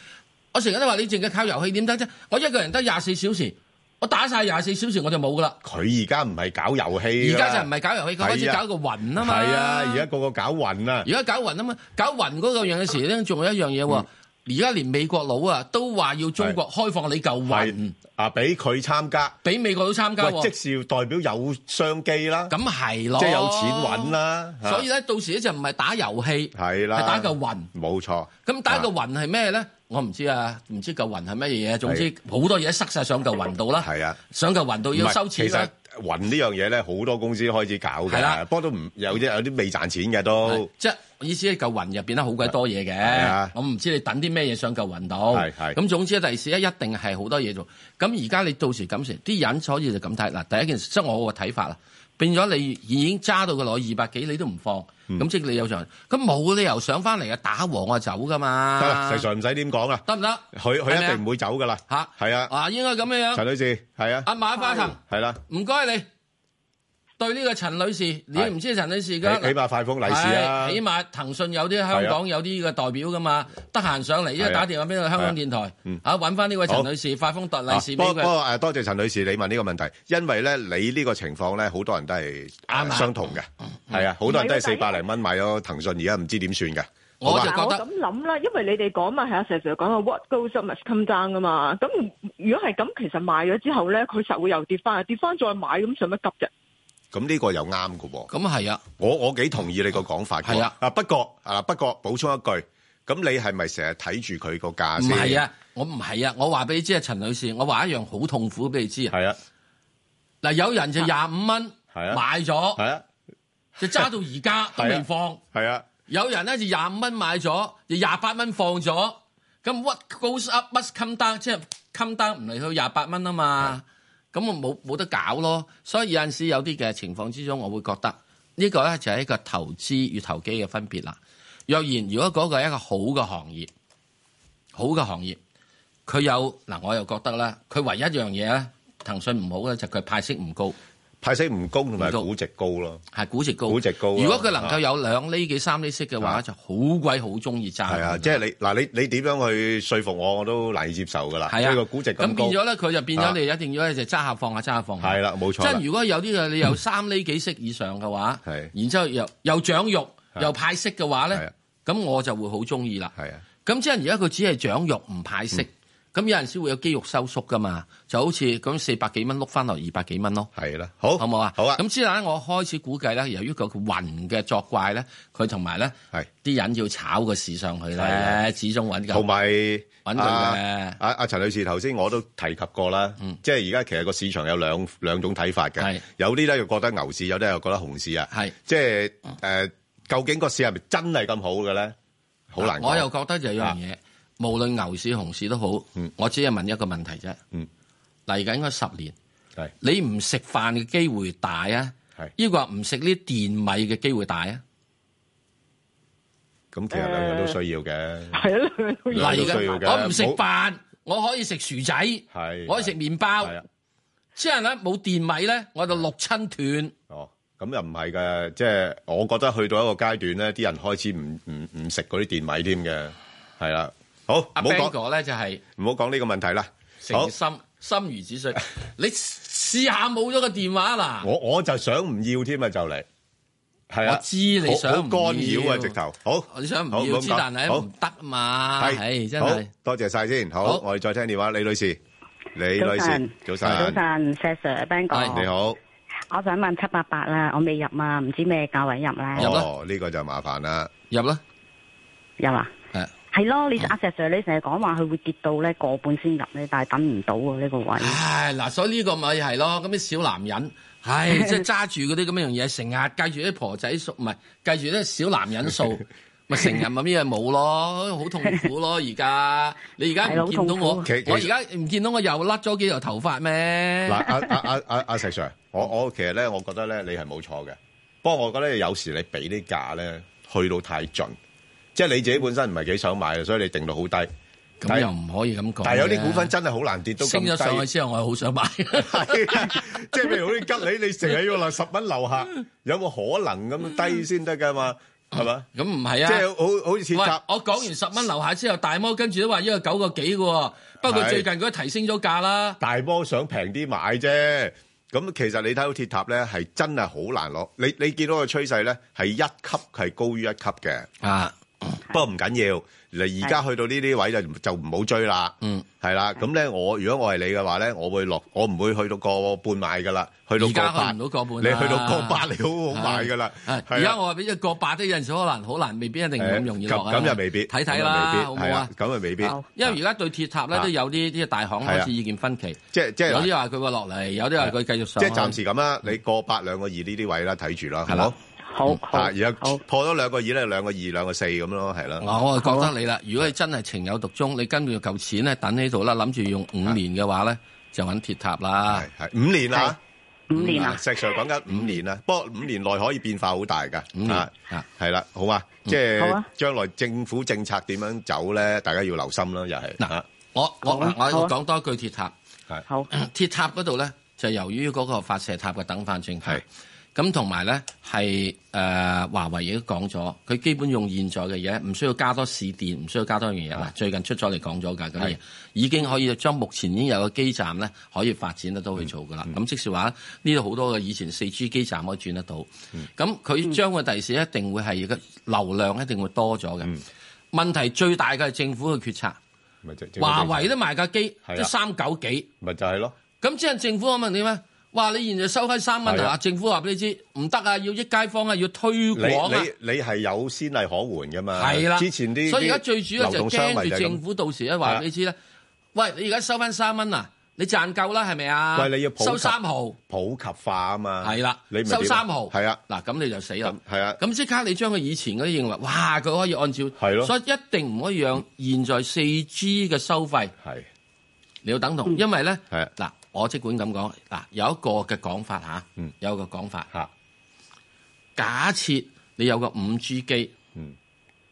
B: 我成日都話你淨係靠遊戲點得啫？我一個人得廿四小時，我打晒廿四小時我就冇噶啦。
A: 佢而家唔係搞遊戲
B: 而
A: 㗎啦，
B: 家就唔係搞遊戲，佢開始
A: 係啊
B: 搞個雲啊嘛。
A: 係啊，而家個個搞混啊
B: 而，家搞雲啊嘛，搞雲嗰個樣嘅時咧，仲有一樣嘢
A: 嗯
B: 喎。而家連美國佬啊都話要中國開放你嚿雲
A: 係，啊俾佢參加，
B: 俾美國佬參加
A: 喂，即
B: 喎。
A: 是要代表有商機啦，
B: 咁係咯，
A: 即係有錢揾。啦，嚇
B: 所以咧，到時咧就唔係打遊戲，
A: 啊係啦，啊
B: 係打嚿雲。
A: 冇錯，
B: 咁打個雲係咩咧？我唔知啊，唔知嚿雲係乜嘢嘢。總之好多嘢塞晒上嚿雲度啦。
A: 係啊。
B: 上嚿雲度要收錢
A: 唔
B: 啦。
A: 係，其實雲呢樣嘢呢，好多公司開始搞嘅，
B: 係啦。
A: 不過都唔-有啲-有啲未賺錢嘅都，
B: 係即係意思嚿雲入邊咧好鬼多嘢嘅
A: 啊，
B: 我唔知你等啲咩嘢上嚿雲度。
A: 係係
B: 咁總之第時咧一定係好多嘢做。咁而家你到時咁時，啲人所以就咁睇嗱。第一件事，即係我個睇法啦，變咗你已經揸到個落二百幾，你都唔放，
A: 嗯
B: 咁即係你有上，咁冇理由上翻嚟啊打和啊走噶嘛。
A: 得啦，實在唔使點講啦，
B: 得唔得？
A: 佢-佢
B: 係咪啊
A: 一定唔會走㗎啦，
B: 嚇
A: 係啊，
B: 啊，應該咁樣樣。
A: 陳女士，係啊，
B: 阿馬化騰。
A: 係啦，
B: 唔該你對呢個陳女士，你唔知陳女士噶，
A: 起-起碼快封利是啊，啊
B: 係起碼騰訊有啲香港有啲嘅代表噶嘛，得閒上嚟，因為打電話俾個香港電台
A: 嗯，
B: 啊揾翻呢位陳
A: 好
B: 女士，快封特利
A: 啊，
B: 是俾
A: 不過-
B: 佢。
A: 不過，誒，多謝陳女士你問呢個問題，因為呢，你呢個情況呢，好多人都係
B: 啱啊。
A: 相同嘅，係啊，好多人都係
I: 唔係喎，
A: 400零蚊買咗騰訊，而家唔知點算嘅，
B: 我
A: 好吧？
B: 就
I: 嗱，
B: 覺
I: 我
B: 得
I: 咁諗啦，因為你哋講嘛，係阿石 Sir 講話 what goes up must come down 噶嘛。咁如果係咁，其實賣咗之後咧，佢實會又跌翻，跌翻再買，咁使乜急啫？
A: 咁呢個又啱㗎喎。
B: 咁係啊，
A: 我我幾同意你個講法嘅。
B: 係啊，
A: 不過啊，不過補充一句，咁你係咪成日睇住佢個價
B: 唔
A: 先？
B: 係，啊，我唔係啊，我話俾你知啊，陳女士，我話一樣好痛苦俾你知啊。
A: 係啊，
B: 嗱，有人就廿五蚊
A: 係啊
B: 買
A: 係
B: 咗，
A: 啊，
B: 就揸到而家都
A: 係
B: 未
A: 啊
B: 放。
A: 係啊，
B: 有人咧就廿五蚊買咗，就廿八蚊放咗，咁 what goes up must come down，即係 come down 唔嚟去廿八蚊啊嘛，咁我冇冇得搞咯。所以有陣時有啲嘅情況之中，我會覺得呢個咧就係一個投資與投機嘅分別啦。若然如果嗰個係一個好嘅行業，好嘅行業，佢有嗱，我又覺得啦，佢唯一一樣嘢咧，騰訊唔好咧就佢派息唔高。
A: 派息唔高同埋
B: 唔高
A: 估值高咯。
B: 係估值高，
A: 估值高啊
B: 如果佢能夠有兩厘幾三厘息嘅話，
A: 啊
B: 就好鬼好中意揸。
A: 係啊，即係你嗱，你你點樣去說服我，我都難以接受㗎啦。
B: 係
A: 即
B: 啊，
A: 係個估值
B: 咁
A: 咁
B: 變
A: 高，啊
B: 咗咧，佢就變咗你一定要咧就揸下放下揸下放下。
A: 係啦，冇
B: 即
A: 錯啦
B: 係。如果有啲嘅
A: (laughs)
B: 你有三厘幾息以上嘅話，
A: 係
B: 然之後又又長肉
A: 係
B: 又派息嘅話
A: 係
B: 咧
A: 啊，
B: 咁我就會好中意啦。
A: 係啊，嗯
B: 咁即係而家佢只係長肉唔派息，咁有陣時會有肌肉收縮噶嘛，就好似咁四百幾蚊碌翻落二百幾蚊咯。
A: 係啦，好，
B: 好唔好啊？
A: 好啊，
B: 咁之但咧，我開始估計咧，由於佢雲嘅作怪咧，佢同埋咧
A: 係
B: 啲人要炒個市上去
A: 係
B: 咧
A: 啊，
B: 始終揾
A: 同
B: 緊
A: 埋
B: 揾佢
A: 啊
B: 嘅
A: 啊啊陳女士頭先我都提及過啦，即係而家其實個市場有兩兩種睇法
B: 係
A: 嘅，有啲咧又覺得牛市，有啲又覺得熊市啊。
B: 係。
A: 即係誒，究竟個市係咪真係咁好嘅咧？好難講。啊
B: 我又覺得就有樣嘢，無論牛市熊市都好，
A: 嗯
B: 我只係問一個問題啫。
A: 嗯
B: 嚟緊嗰十年
A: 係，
B: 你唔食飯嘅機會大啊？
A: 係
B: 抑或唔食呢啲電米嘅機會大啊？
A: 咁，其實兩樣都需要嘅。
I: 係啊，兩樣都
A: 兩
I: 要
B: 嚟
A: 樣都需要
B: 緊
A: 嘅
B: 我唔食飯，我可以食薯仔，
A: 係啊
B: 我可以食麵包。
A: 係啊，啊
B: 之後咧冇電米咧，我就六親斷。
A: 哦，咁又唔係嘅，即係我覺得去到一個階段咧，啲人開始唔唔唔食嗰啲電米添嘅，係啦。好，唔
B: 阿
A: 好
B: Bang
A: 講
B: 哥咧就係
A: 唔好講呢個問題啦。好
B: 誠，心心如止水。你試下冇咗個電話 (laughs) 啦，
A: 我我就想唔要添啊，就嚟係
B: 我
A: 啊，
B: 知你想
A: 好好
B: 唔
A: 干擾啊，
B: 要
A: 直頭好，
B: 你想
A: 好
B: 唔
A: 唔
B: 要
A: 好
B: 知，
A: 講
B: 但係
A: 好
B: 唔得嘛。唉，真
A: 好
B: 啊係。
A: 多謝晒先。
B: 好
A: 好，我哋再聽電話，李女士，李
H: 晨
A: 女士，早
H: 早
A: 晨，哎
H: 晨石 Sir、Ben 哥，
B: 係
A: 你好。
H: 我想問七八八啦，我未入啊，唔知咩價位入咧？
B: 入啦
A: 哦，呢個就麻煩啦。
B: 入啦，
H: 入啊？
B: 係
H: 係咯，你阿石 Sir，你成日講話佢會跌到咧個半先入咧，但係等唔到啊呢個位。
B: 唉嗱，所以呢個咪係咯，咁啲小男人， (laughs) 唉，即係揸住嗰啲咁樣嘢，成日計住啲婆仔數，唔係計住啲小男人 (laughs) 數，咪成日咪咩嘢冇咯，好痛苦咯而家。你而家
H: 係
B: 唔
H: 好
B: 見到
H: 痛苦
B: 我，
A: 其其
B: 我而家唔見到我又甩咗幾條頭髮咩？
A: 嗱，阿阿阿阿阿石 Sir，我我其實咧，我覺得咧，你係冇錯嘅。不過我覺得有時你俾啲價咧，去到太盡，即係你自己本身唔係幾想買嘅，所以你定到好低。
B: 咁又唔可以咁講嘅。
A: 但係有啲股份真係好難跌到咁
B: 升
A: 低
B: 咗上去之後，我係好 (laughs) 想買。
A: (laughs) 即係譬如好似吉利，你成日要落十蚊樓下，有冇可能咁低先得㗎嘛？係嘛？
B: 咁唔係
A: 即
B: 啊？
A: 係好好似鐵
B: 喂
A: 塔，，
B: 我講完十蚊樓下之後，大摩跟住都話呢個九個幾嘅喎，不過
A: 係
B: 最近佢都提升咗價啦。
A: 大波想平啲買啫。咁其實你睇到鐵塔咧，係真係好難攞。你你見到個趨勢咧，係一級係高於一級嘅。
B: 啊，
A: 不過唔緊要，你而家去到呢啲位就就唔好追啦。
B: 嗯，
A: 係啦。咁咧，我如果我係你嘅話咧，我會落，我唔會去到個半買㗎啦。去到
B: 而
A: 個
B: 家
A: 八，
B: 去唔到個半
A: 你
B: 啦，
A: 去到個八，你好好買㗎啦。
B: 係
A: 係
B: 啊而
A: 啦
B: 家我話俾你，個八都有陣時可能好難，未必一定咁容
A: 哎
B: 易
A: 誒咁
B: 落啊
A: 咁又未必，
B: 睇
A: 咁又
B: 睇
A: 未
B: 啦，
A: 必
B: 好唔
A: 係
B: 好啊？
A: 咁又未必。
B: 因為而家對鐵塔咧
A: 啊
B: 都有啲啲大行
A: 係啊
B: 開始意見分歧，
A: 即係即係
B: 有
A: 嗱
B: 啲話佢會落嚟，有啲話佢繼續上
A: 即係
B: 去。
A: 暫時咁啦，你過八兩個二呢啲位啦，睇住啦，好
B: 係
A: 唔
B: 啦
A: 好？
C: 好
A: 啊，而家
C: 好
A: 破咗兩個二咧，兩個二兩個四咁咯，係啦。
B: 嗱，我就啊
C: 啊
B: 覺得你啦，如果你真係情有獨鍾，你跟住嚿錢咧等喺度啦，諗住用五年嘅話咧，就揾鐵塔啦
A: 係。係五年啦，
C: 五年啊
A: 啊，石 Sir 講緊五年啦，不過五年內可以變化好大㗎。
B: 五年
A: 啊
B: 啊，
A: 係啦，好啊，
B: 嗯
A: 即係將來政府政策點樣走咧，大家要留心啦，又係
B: 嗱
A: 啊，
B: 我我
C: 好啊
B: 我
C: 好
B: 我
C: 啊
B: 講多句鐵塔，
C: 好，
B: 鐵塔嗰度咧就由於嗰個發射塔嘅等翻轉
A: 係
B: 頭，咁同埋咧係誒華為亦都講咗，佢基本用現在嘅嘢，唔需要加多試電，唔需要加多樣嘢啦。最近出咗嚟講咗㗎，咁嘢已經可以將目前已經有嘅基站咧可以發展得到去做㗎
A: 嗯
B: 啦。咁即是話呢度好多嘅以前四 G 基站可以轉得到，
A: 嗯
B: 咁佢將個第時一定會係個流量一定會多咗
A: 嗯
B: 嘅。問題最大嘅係政府嘅決策，
A: 咪就
B: 華為都賣架機
A: 係啊
B: 都三九幾。
A: 咪就係咯，
B: 咁即係政府我問點咧？話你現在收開三蚊
A: 係
B: 啊！
A: 啊
B: 政府話俾你知唔得啊，要益街坊啊，要推
A: 你
B: 廣啊，
A: 你你係有先例可援㗎嘛？
B: 係啦。
A: 之前啲
B: 所以而家最主要
A: 流
B: 就
A: 動商咪
B: 驚
A: 就
B: 住
A: 係咁
B: 政府到時咧話俾你知咧，喂，你而家收翻三蚊啊，你賺夠啦係咪啊？
A: 喂你要普及
B: 收三毫，
A: 普及化啊嘛，
B: 係啦
A: 你，咪
B: 收
A: 點
B: 三毫，
A: 係啊，
B: 嗱咁你就死啦
A: 咁。係啊，
B: 咁即刻你將佢以前嗰啲認為，哇！佢可以按照，
A: 係咯
B: 所以一定唔可以讓現在四 G 嘅收費。
A: 係
B: 你要等同，因為咧
A: 係
B: 嗱，我即管咁講嗱，有一個嘅講法嚇，
A: 嗯
B: 有一個講法，
A: 嚇，
B: 假設你有個五 G 機，
A: 嗯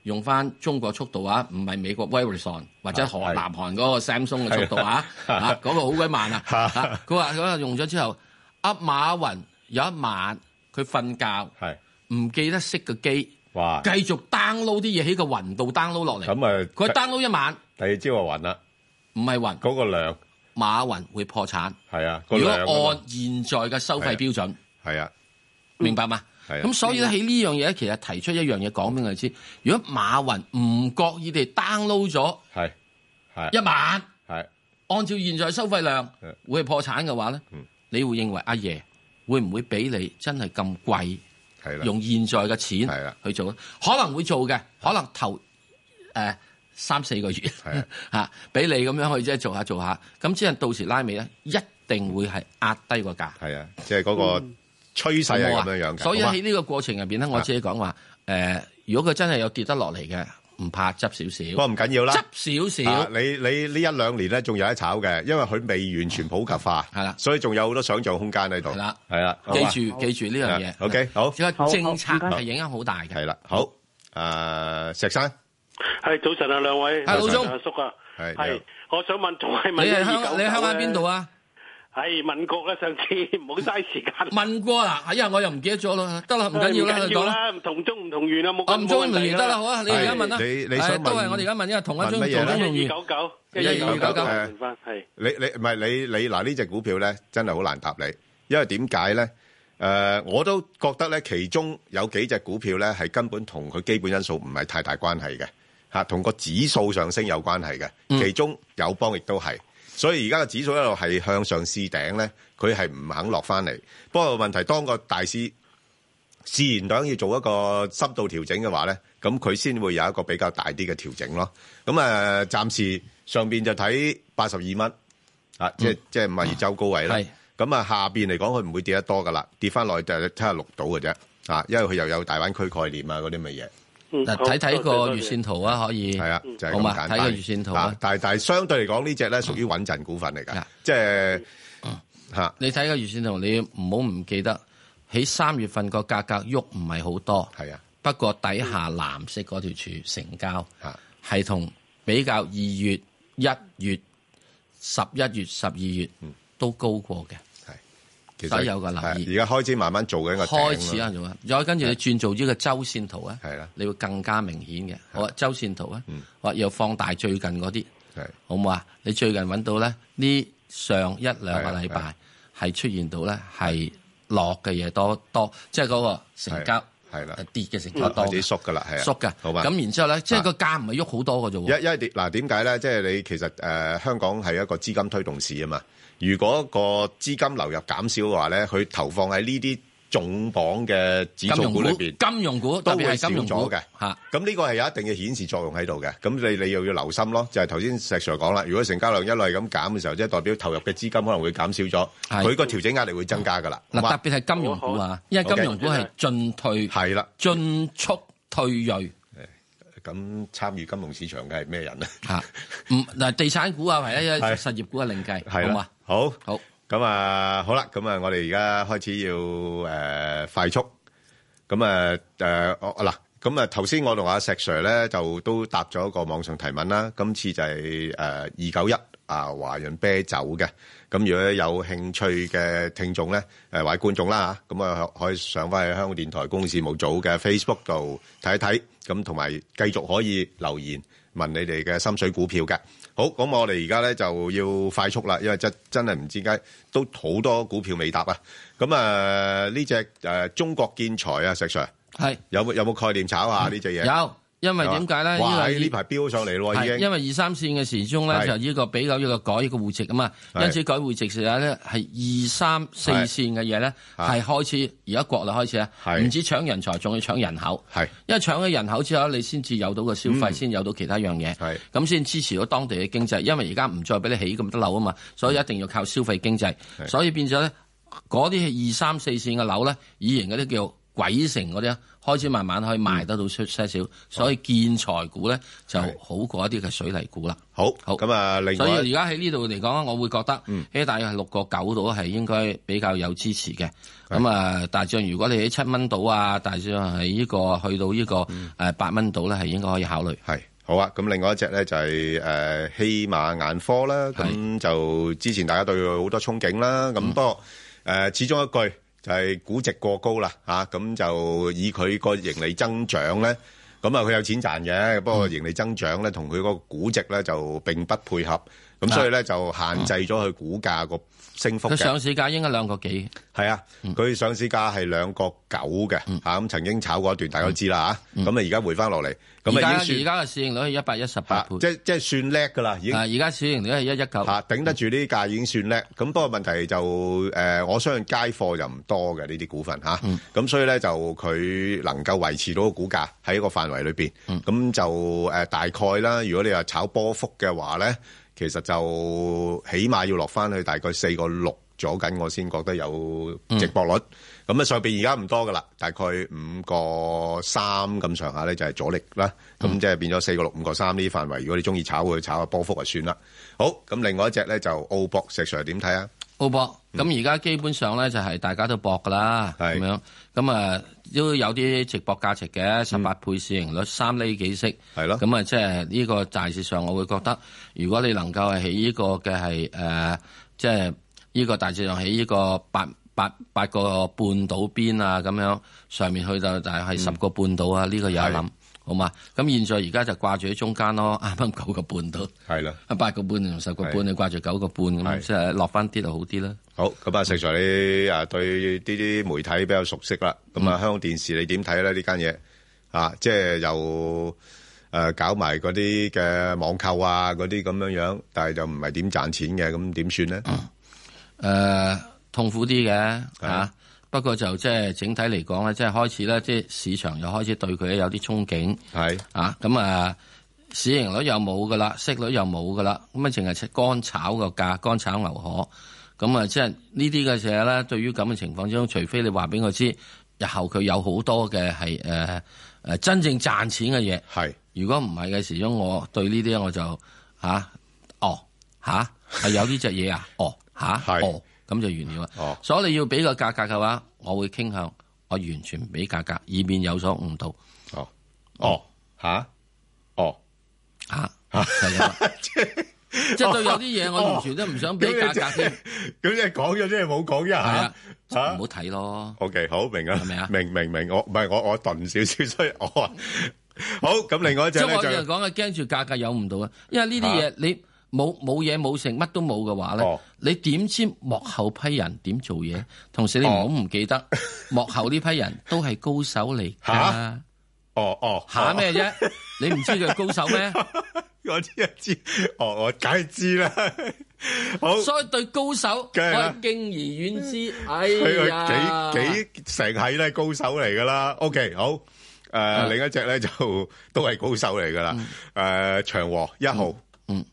B: 用翻中國速度啊，唔係美國 Verizon 或者
A: 係
B: 韓南韓嗰個 Samsung 嘅速度啊，
A: 係啊
B: 啊嗰個好鬼
A: (laughs)
B: 慢啊！
A: 係
B: 啊佢話佢話用咗之後，阿馬雲有一晚佢瞓
A: 係
B: 覺唔記得熄個機，繼
A: 哇，
B: 續 download 啲嘢喺個雲度 download 落嚟，
A: 啊咁啊，
B: 佢 download 一晚
A: 第二朝就暈啦，
B: 唔係雲，
A: 嗰個量
B: 馬雲會破產。
A: 係啊，個
B: 如果
A: 量啊嘛
B: 按現在嘅收費標準，
A: 係啊，
B: 明白嘛？
A: 係啊
B: 咁所以咧喺呢樣嘢，其實提出一樣嘢講俾我哋知。如果馬雲唔覺意地 download 咗
A: 係係
B: 一晚，
A: 係
B: 按照現在收費量
A: 嗯
B: 會破產嘅話咧
A: 嗯，
B: 你會認為阿爺會唔會俾你真係咁貴？
A: 係啦，
B: 用現在嘅
A: 係啦
B: 錢去做，可能會做嘅，可能頭誒三四個月
A: 係啊
B: 嚇，俾你咁樣去啫，做下做下，咁只係到時拉尾咧，一定會係壓低個價。
A: 係啊，即係嗰個趨勢係咁樣樣嘅，
B: 嗯啊所以
A: 好嘛啊
B: 喺呢個過程入邊咧，我自己講話誒，如果佢真係有跌得落嚟嘅，唔怕執
A: 不
B: 少
A: 過唔緊要啦
B: 少，。執少
A: 啊
B: 少，
A: 你你呢一兩年咧仲有得炒嘅，因為佢未完全普及化，
B: 嗯係啦
A: 所以仲有好多想像空間喺度，
B: 係啦
A: 係啦，好嘛
B: 記住記住呢樣嘢
A: 啊。，OK，好
B: 因為
C: 好
B: 政策
C: 好唔該
B: 係影響好大嘅。
A: 係啦，好，誒，石生
J: 系早晨啊，兩位，
B: 係老
J: 阿
B: 鐘
J: 叔啊，
A: 係你好
J: 係，我想問仲係
B: 你
J: 問
B: 係
J: 一二
B: 香
J: 九
B: 你係香港邊度
J: 啊？
B: 啊？
J: 係問過啦，上
B: (laughs)
J: 次唔好嘥時間。
B: 問過啦，哎呀，我又唔記得咗啦，得啦，唔緊要啦，
J: 唔緊
B: 你
J: 要
B: 講啦。
J: 啦，唔同宗唔同源啊，冇
B: 我唔中意咪完得啦，好啊！你而家問啦，
A: 係你你
B: 誒
A: 想問
B: 都係我哋而家問，因為同一張
A: 問
B: 同
A: 乜嘢
B: 一張
A: 呢啊
B: 用
J: 一二
B: 完，
J: 九九，
B: 12999
J: 明翻係
A: 你你唔係你你嗱呢只股票咧，真係好難答你，因為點解咧？誒、我都覺得咧，其中有幾隻股票咧，係根本同佢基本因素唔係太大關係嘅嚇，同個指數上升有關係嘅。其中友邦亦都係，所以而家個指數一路係向上試頂咧，佢係唔肯落翻嚟。不過問題當個大市自然黨要做一個深度調整嘅話咧，咁佢先會有一個比較大啲嘅調整咯。咁誒、呃，暫時上邊就睇八十二蚊啊，即係即係五十二周高位啦
B: 係。
A: 咁啊，下邊嚟講佢唔會跌得多噶啦，跌翻落去就七十六度嘅啫。啊，因為佢又有大灣區概念啊嗰啲乜嘢，
J: 嗯
B: 嗱
J: 好
B: 睇睇
J: 多謝
B: 個
J: 多謝
B: 月線圖啊，可以
A: 係啊，就係
B: 好
A: 咁
B: 嘛
A: 簡單。
B: 睇個月線圖啊嗯
A: 啊，但係但係相對嚟講呢只咧屬於穩陣股份嚟㗎
B: 啊，
A: 即係
B: 嗯
A: 嚇
B: 你睇個月線圖，你唔好唔記得喺三月份個價格喐唔係好多，
A: 係啊，
B: 不過底下藍色嗰條柱成交係同比較二月、一月、十一月、十二月都高過嘅。
A: 其實
B: 所以有個留意。
A: 係而家開始慢慢做緊個頂啦
B: 開始啊，做啊，再跟住你轉做呢個周線圖啊，你會更加明顯嘅。好啊，周線圖啊，我又放大最近嗰啲，好唔好啊？你最近揾到咧呢上一兩個
A: 啊
B: 禮拜係出現到咧係落嘅嘢多多，即係嗰個成交呃
A: 係啦，
B: 跌嘅成交多
A: 開始縮㗎啦，係啊，
B: 嗯縮㗎
A: 好啊嘛，
B: 咁然之後咧，即係個價唔係喐好多嘅啫喎。
A: 因因為點嗱點解咧？即係你其實誒、呃香港係一個資金推動市啊嘛。如果個資金流入減少嘅話咧，佢投放喺呢啲重磅嘅指數股裏邊，
B: 金融股
A: 都
B: 特
A: 會
B: 別係
A: 少
B: 金融
A: 咗
B: 股
A: 嘅。
B: 嚇，
A: 咁呢個係有一定嘅顯示作用喺度嘅。咁你你又要留心咯。就係頭先石 Sir 講啦，如果成交量一路係咁減嘅時候，即係代表投入嘅資金可能會減少咗，
B: 係
A: 佢個調整壓力會增加㗎啦。
B: 嗱，
A: 好嘛
B: 特別係金融股啊，因為金融股係進退，
A: 係啦，
B: 進速退鋭。
A: 咁參與金融市場嘅係咩人咧？
B: 嚇，唔嗱地產股啊，或者
A: 係
B: 實業股啊，另計，
A: 係
B: 好嘛
A: 啦？， (laughs) 好，
B: 好，
A: 咁啊，好啦，咁啊，我哋而家開始要誒、呃快速，咁啊誒我嗱，咁啊頭先我同阿石 Sir 咧就都答咗一個網上提問啦，今次就係誒二九一啊華潤啤酒嘅，咁如果有興趣嘅聽眾咧，誒、或者觀眾啦嚇，咁啊可以上翻去香港電台公共事務組嘅 Facebook 度睇一睇，咁同埋繼續可以留言。問你哋嘅心水股票嘅。好，咁我哋而家咧就要快速啦，因為真真係唔知點解都好多股票未答啊。咁啊呢只誒中國建材啊，石 Sir
B: 係
A: 有冇有冇概念炒下呢只嘢？
B: 嗯有，因為點解咧？
A: 哇！
B: 因為
A: 喺呢排飆上嚟咯，已
B: 係
A: 經
B: 因為二三線嘅時鐘
A: 係
B: 咧，就呢個比較呢個改呢個戶籍啊嘛，
A: 係
B: 因此改戶籍時間咧係二三四
A: 係
B: 線嘅嘢咧係開始，而家國內開始啊，唔止搶人才，仲要搶人口，
A: 係
B: 因為搶咗人口之後，你先至有到個消費，
A: 嗯
B: 先有到其他樣嘢，
A: 係
B: 咁先支持到當地嘅經濟，因為而家唔再俾你起咁多樓啊嘛，所以一定要靠消費經濟，
A: 嗯係
B: 所以變咗咧嗰啲二三四線嘅樓咧，以前嗰啲叫鬼城嗰啲啊，開始慢慢可以賣得到
A: 嗯
B: 出些少，所以建材股咧就好過一啲嘅水泥股啦。
A: 好，好咁啊，另
B: 所以
A: 外嗯
B: 而家喺呢度嚟講，我會覺得喺大約係六個九度係應該比較有支持嘅。咁啊，大致上如果你喺七蚊度啊，大致上係呢個去到呢個
A: 嗯
B: 誒八蚊度咧，係應該可以考慮。
A: 係好啊，咁另外一隻咧就係誒希瑪眼科啦，咁就之前大家對佢好多憧憬啦，咁不過誒始終一句就係估值過高啦嚇，咁就以佢個盈利增長咧，咁啊佢有錢賺嘅，不過盈利增長咧同佢嗰個估值咧就並不配合，咁所以咧就限制咗佢股價個升幅
B: 佢
A: 嘅。
B: 上市價應該兩個幾。
A: 係啊，佢上市價係兩個九嘅嚇，咁曾經炒過一段，大家都知啦嚇。咁啊而家回翻落嚟，
B: 而
A: 咁
B: 家
A: 啊
B: 而
A: 已經算
B: 家嘅市盈率係一百一十八倍。
A: 啊即即係算叻㗎啦，已經。
B: 啊而家市盈率係一一九。
A: 嚇，頂得住呢啲價已經算叻。咁不過問題就誒、呃我相信街貨就唔多嘅呢啲股份嚇。咁、所以咧就佢能夠維持到個股價喺一個範圍裏邊。咁、就誒、呃大概啦。如果你話炒波幅嘅話咧，其實就起碼要落翻去大概四個六咗緊，我先覺得有值博率。咁啊、上邊而家唔多噶啦，大概五個三咁上下咧就係阻力啦。咁即係變咗四個六、五個三呢啲範圍。如果你中意炒，佢炒下波幅就算啦。好，咁另外一隻咧就澳博石 Sir 點睇啊？
B: 澳博，咁而家基本上咧就係大家都搏噶啦，咁樣咁啊都有啲直播價值嘅，十八倍市盈率，三厘幾息，
A: 係咯，
B: 咁啊即係呢個大市上，我會覺得如果你能夠係喺呢個嘅係誒，即係呢個大致上喺呢個八八八個半島邊啊咁樣上面去到大
A: 嗯
B: 概係十個半島啊，呢、個有一諗。好嘛？咁現在而家就掛住喺中間咯， (laughs) 啱啱九個半到，
A: 係啦，
B: 八個半同十個
A: 係
B: 半，你掛住九個半咁，即係落翻啲就好啲啦。
A: 好，咁啊石 Sir 你啊對呢啲媒體比較熟悉啦。咁啊香港電視你點睇咧呢間嘢啊？即係又誒搞埋嗰啲嘅網購啊嗰啲咁樣樣，但係就唔係點賺錢嘅，咁點算咧？
B: 誒、呃痛苦啲嘅嚇，不過就即係整體嚟講咧，即係開始咧，即係市場又開始對佢有啲憧憬，
A: 係
B: 啊，咁啊市盈率又冇噶啦，息率又冇噶啦，咁啊淨係乾炒個價，乾炒牛河，咁啊即係呢啲嘅嘢咧，對於咁嘅情況之中，除非你話俾我知，日後佢有好多嘅係誒誒真正賺錢嘅嘢，
A: 係
B: 如果唔係嘅時鐘，我對呢啲我就嚇、啊哦嚇係、有呢只嘢啊，哦嚇、哦咁就完了啦。
A: 哦，
B: 所以你要俾個價格嘅話，我會傾向我完全唔俾價格，以免有所誤導。
A: 哦，吓，哦，
B: 吓，
A: 啊 (laughs)
B: 即係對有啲嘢我完全都唔想俾價格添。
A: 哦咁你講咗即係冇講一
B: 係啊
A: 下，嚇
B: 唔好睇咯。
A: O、k 好明啦，
B: 咪啊
A: 明明明，我唔係我我頓少 (laughs) 少，所以我話好咁。另外一
B: 即
A: 隻
B: 係
A: 咧
B: 我
A: 就
B: 哋講嘅驚住價格有唔到啊，因為呢啲嘢你冇冇嘢冇剩，乜都冇嘅話
A: 哦
B: 咧，你點知幕後批人點做嘢？同時你唔
A: 哦
B: 好唔
A: (laughs)
B: 記得，幕後呢批人都係高手嚟㗎
A: 嚇。哦哦
B: 嚇咩啫？你唔知佢係高手
A: (laughs)
B: 咩？
A: 我知一知，哦我梗係知啦。 (laughs) 好，
B: 所以對高手，我
A: 梗係啦
B: 係敬而遠之。哎
A: 佢
B: 呀，
A: 佢幾幾成係咧高手嚟㗎啦。O、k 好，誒、另一隻咧就 (laughs) 都係高手嚟㗎啦。誒、長和一號，
B: 嗯，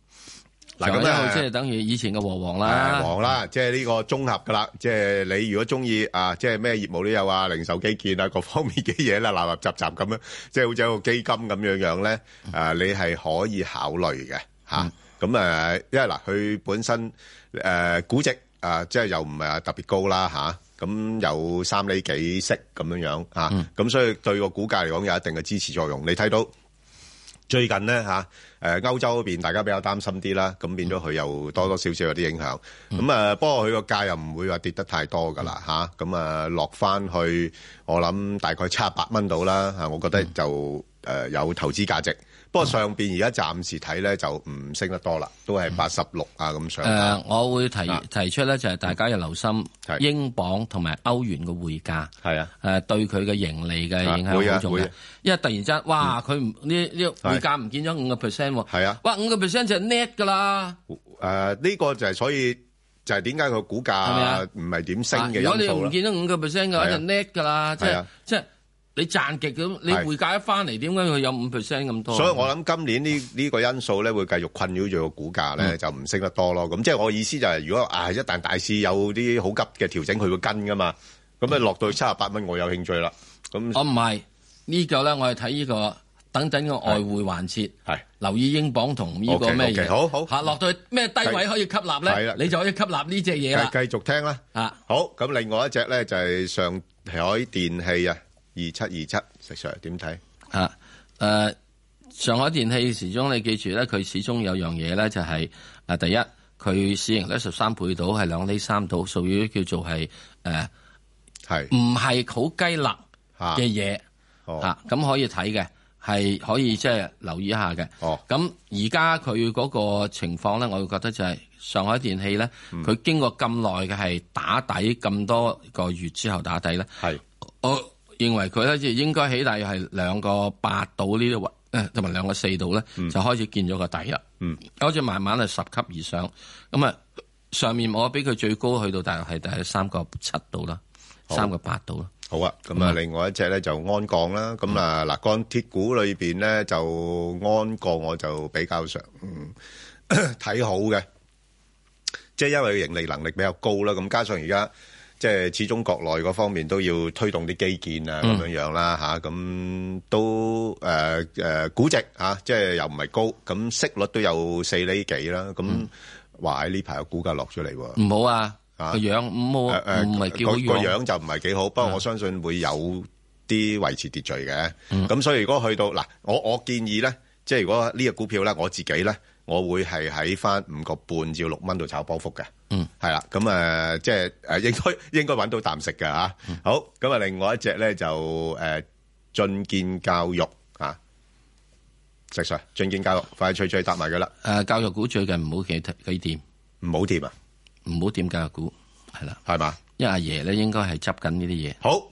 A: 嗱
B: 嗱咁
A: 咁啊
B: 即係等於以前嘅和王啦，
A: 誒黃啦，即係呢個綜合噶啦，即係你如果中意啊，即係咩業務都有啊，零售基建啊，各方面嘅嘢啦，立立雜雜咁樣，即係好似一個基金咁樣樣咧，誒你係可以考慮嘅嚇。咁誒，因為嗱，佢本身誒估值啊，即係又唔係話特別高啦嚇，咁有三厘幾息咁樣樣嚇，咁所以對個股價嚟講有一定嘅支持作用。你睇到。最近咧嚇，誒呃歐洲嗰邊大家比較擔心啲啦，咁變
B: 嗯
A: 咗佢又多多少少有啲影響。咁啊，不過佢個價又唔會話跌得太多噶
B: 嗯
A: 啦嚇，咁啊落翻去我諗大概七十八蚊到啦嚇，我覺
B: 嗯
A: 得就誒有投資價值。不過上邊而家暫時睇咧就唔升得多啦，都係八十六啊咁上
B: 嗯誒、
A: 下。
B: 呃我會提
A: 啊嗯
B: 提出咧，就係大家要留心
A: 係
B: 英鎊同埋歐元嘅匯價，
A: 係啊，
B: 誒、對佢嘅盈利嘅影
A: 啊會
B: 響
A: 啊
B: 好重
A: 會
B: 嘅
A: 啊。嗯
B: 因為突然之間，哇！佢唔呢呢個匯
A: 係
B: 價唔見咗五個 percent 喎，
A: 係啊，
B: 哇！五個 percent 就係 net 㗎啦。
A: 誒呢個就係所以就係點解個股
B: 咪啊
A: 價唔係點升嘅
B: 如果
A: 因
B: 你
A: 素
B: 唔
A: 啦。
B: 見咗五個 percent 嘅話，
A: 係
B: 就
A: 啊
B: net 㗎啦，即
A: 係
B: 係
A: 啊
B: 即係你賺極咁，你
A: 係
B: 匯價一翻嚟，點解佢有五 percent 咁多？
A: 所以我諗今年呢呢個因素咧會繼續困擾住個股價咧，就唔升得多咯。咁即係我意思就係，如果啊一旦大市有啲好急嘅調整，佢會跟噶嘛。咁啊落到七十八蚊，我有興趣啦。咁
B: 我唔係呢個咧，我係睇呢個等等嘅外匯環節，
A: 係
B: 留意英鎊同呢個咩
A: OK，OK，
B: 嘢，
A: 好好
B: 嚇落到去咩低位可以吸納
A: 係
B: 咧
A: 啦，
B: 你就可以吸納呢只嘢啦啊
A: 繼繼續聽啦。
B: 嚇。
A: 好，咁另外一隻咧就係上海電器啊，二七二七，石 Sir 點睇？
B: 啊，誒、上海電器始終你記住咧，佢始終有樣嘢咧，就係、啊第一，佢市盈率十三倍到係兩厘三到，屬於叫做係誒
A: 係
B: 唔係好雞肋
A: 嚇
B: 嘅嘢
A: 哦
B: 啊，咁可以睇嘅。係可以即係留意一下嘅。
A: 哦
B: 咁而家佢嗰個情況咧，我會覺得就係上海電器咧，
A: 嗯
B: 佢、經過咁耐嘅係打底咁多個月之後打底咧，
A: 係
B: 我認為佢咧即係應該起大約係兩個八度呢啲位，誒同埋兩個四度咧，就開始見咗個底啦。
A: 嗯，
B: 開始慢慢係十級以上，咁啊上面我俾佢最高去到大約係大約三個七度啦，
A: 好
B: 三個八度啦。
A: 好啊，咁啊，
B: 嗯
A: 另外一隻咧就安鋼啦，咁啊嗱，鋼鐵股裏邊咧就安鋼我就比較上嗯 (clears throat) 睇好嘅，即係因為佢盈利能力比較高啦，咁加上而家即係始終國內嗰方面都要推動啲基建啊咁
B: 嗯
A: 樣樣啦吓，咁都誒誒估值啊，即係又唔係高，咁息率都有四厘幾啦，咁話喺呢排個股價落咗嚟喎。
B: 唔好啊，
A: 啊
B: 個樣唔好
A: 誒
B: 啊，
A: 誒
B: 唔係叫好
A: 個個
B: 樣。
A: 樣就唔係幾好，不過我相信會有啲維持秩序嘅。咁所以如果去到嗱，我我建議咧，即係如果呢只股票咧，我自己咧，我會係喺翻五個半至六蚊度炒波幅嘅。
B: 嗯，
A: 係啦，咁誒即係誒 (laughs) 應該應該揾到啖食嘅嚇。好，咁啊另外一隻咧就誒進建教育啊，石 Sir，進建教育快脆脆搭埋佢啦，
B: 誒教育股最近唔好幾幾掂，
A: 唔好掂啊，
B: 唔好掂教育股，係啦，
A: 係嘛？
B: 因為阿爺咧應該係執緊呢啲嘢。
A: 好，